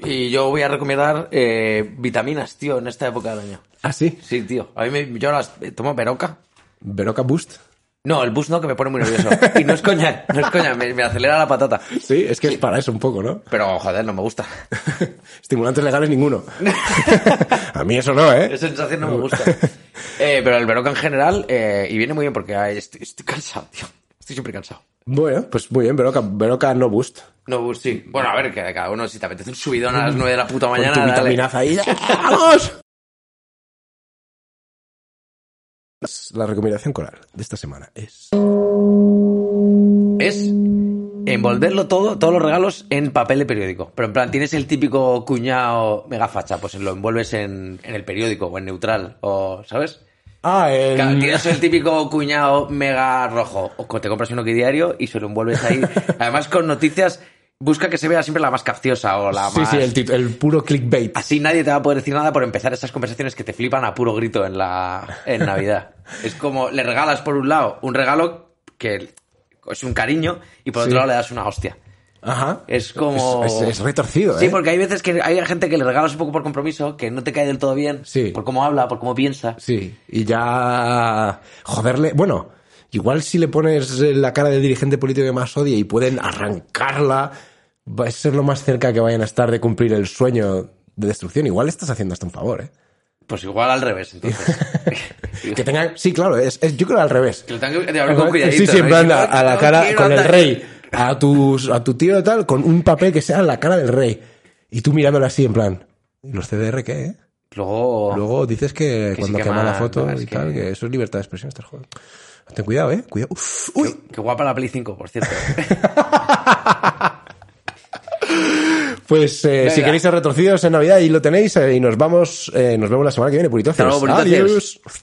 B: Y yo voy a recomendar eh, vitaminas, tío, en esta época del año.
A: Ah, sí.
B: Sí, tío. A mí me, yo las eh, tomo peroca.
A: Veroca Boost.
B: No, el bus no, que me pone muy nervioso. Y no es coña, no es coña, me, me acelera la patata.
A: Sí, es que es para eso un poco, ¿no? *laughs*
B: Pero joder, no me gusta.
A: Estimulantes legales
B: *laughs*
A: ninguno. *laughs* a mí eso no, ¿eh?
B: Esa
A: *laughs*
B: sensación no me gusta. Eh, pero el Veroca en general, eh, y viene muy bien porque ay, estoy, estoy cansado, tío. Estoy súper cansado.
A: Bueno, pues muy bien, Veroca, Veroca no Boost.
B: No, bus, sí. Bueno, a ver, que cada uno, si te apetece un subidón a las 9 de la puta
A: Con
B: mañana.
A: tu
B: dale.
A: vitaminaza ahí.
B: *laughs*
A: ¡Vamos! La recomendación coral de esta semana es...
B: es envolverlo todo, todos los regalos en papel de periódico. Pero en plan, tienes el típico cuñado mega facha, pues lo envuelves en, en el periódico o en neutral, o ¿sabes?
A: Ah, el...
B: Claro, Tienes el
A: *laughs*
B: típico cuñado mega rojo, o co- te compras uno que diario y se lo envuelves ahí. Además con noticias busca que se vea siempre la más capciosa o la
A: Sí,
B: más...
A: sí, el, tit- el puro clickbait.
B: Así nadie te va a poder decir nada por empezar esas conversaciones que te flipan a puro grito en la
A: *laughs*
B: en Navidad. es como le regalas por un lado un regalo que es un cariño y por otro lado le das una hostia.
A: Ajá.
B: Es como
A: Es, es- es retorcido,
B: Sí,
A: ¿eh?
B: porque hay veces que hay gente que le regalas un poco por compromiso, que no te cae del todo bien,
A: Sí.
B: por cómo habla, por cómo piensa.
A: Sí, y ya joderle, bueno, igual si le pones eh, la cara del dirigente político que más odia y pueden arrancarla, va a ser lo más cerca que vayan a estar de cumplir el sueño de destrucción. Igual estás haciendo hasta un favor, ¿eh?
B: Pues igual al revés, entonces.
A: *laughs* Que tengan, sí, claro, es, es- yo creo al revés.
B: Que lo tengo que hablar con cuidadito.
A: sí, sí, en
B: ¿no?
A: plan
B: Y
A: a, a la
B: no
A: cara
B: quiero
A: con el
B: andar-
A: rey, a tus a tu tío tal con un papel que sea la cara del rey y tú mirándolo así en plan, ¿y los CDR qué? eh?
B: Luego,
A: Luego dices que,
B: sí
A: cuando
B: Oh. que
A: quema la
B: mal,
A: foto
B: no,
A: y
B: es que-
A: tal, que eso es libertad de expresión, estás jodido. Ten cuidado, eh. Cuidado. Uf, uy.
B: qué guapa la Play 5, por cierto.
A: Pues eh,
B: Venga.
A: si queréis ser retorcidos en Navidad y lo tenéis, eh, y nos vamos, eh, nos vemos la semana que viene,
B: Hasta
A: puritoces.
B: luego, puritoces.
A: Adiós.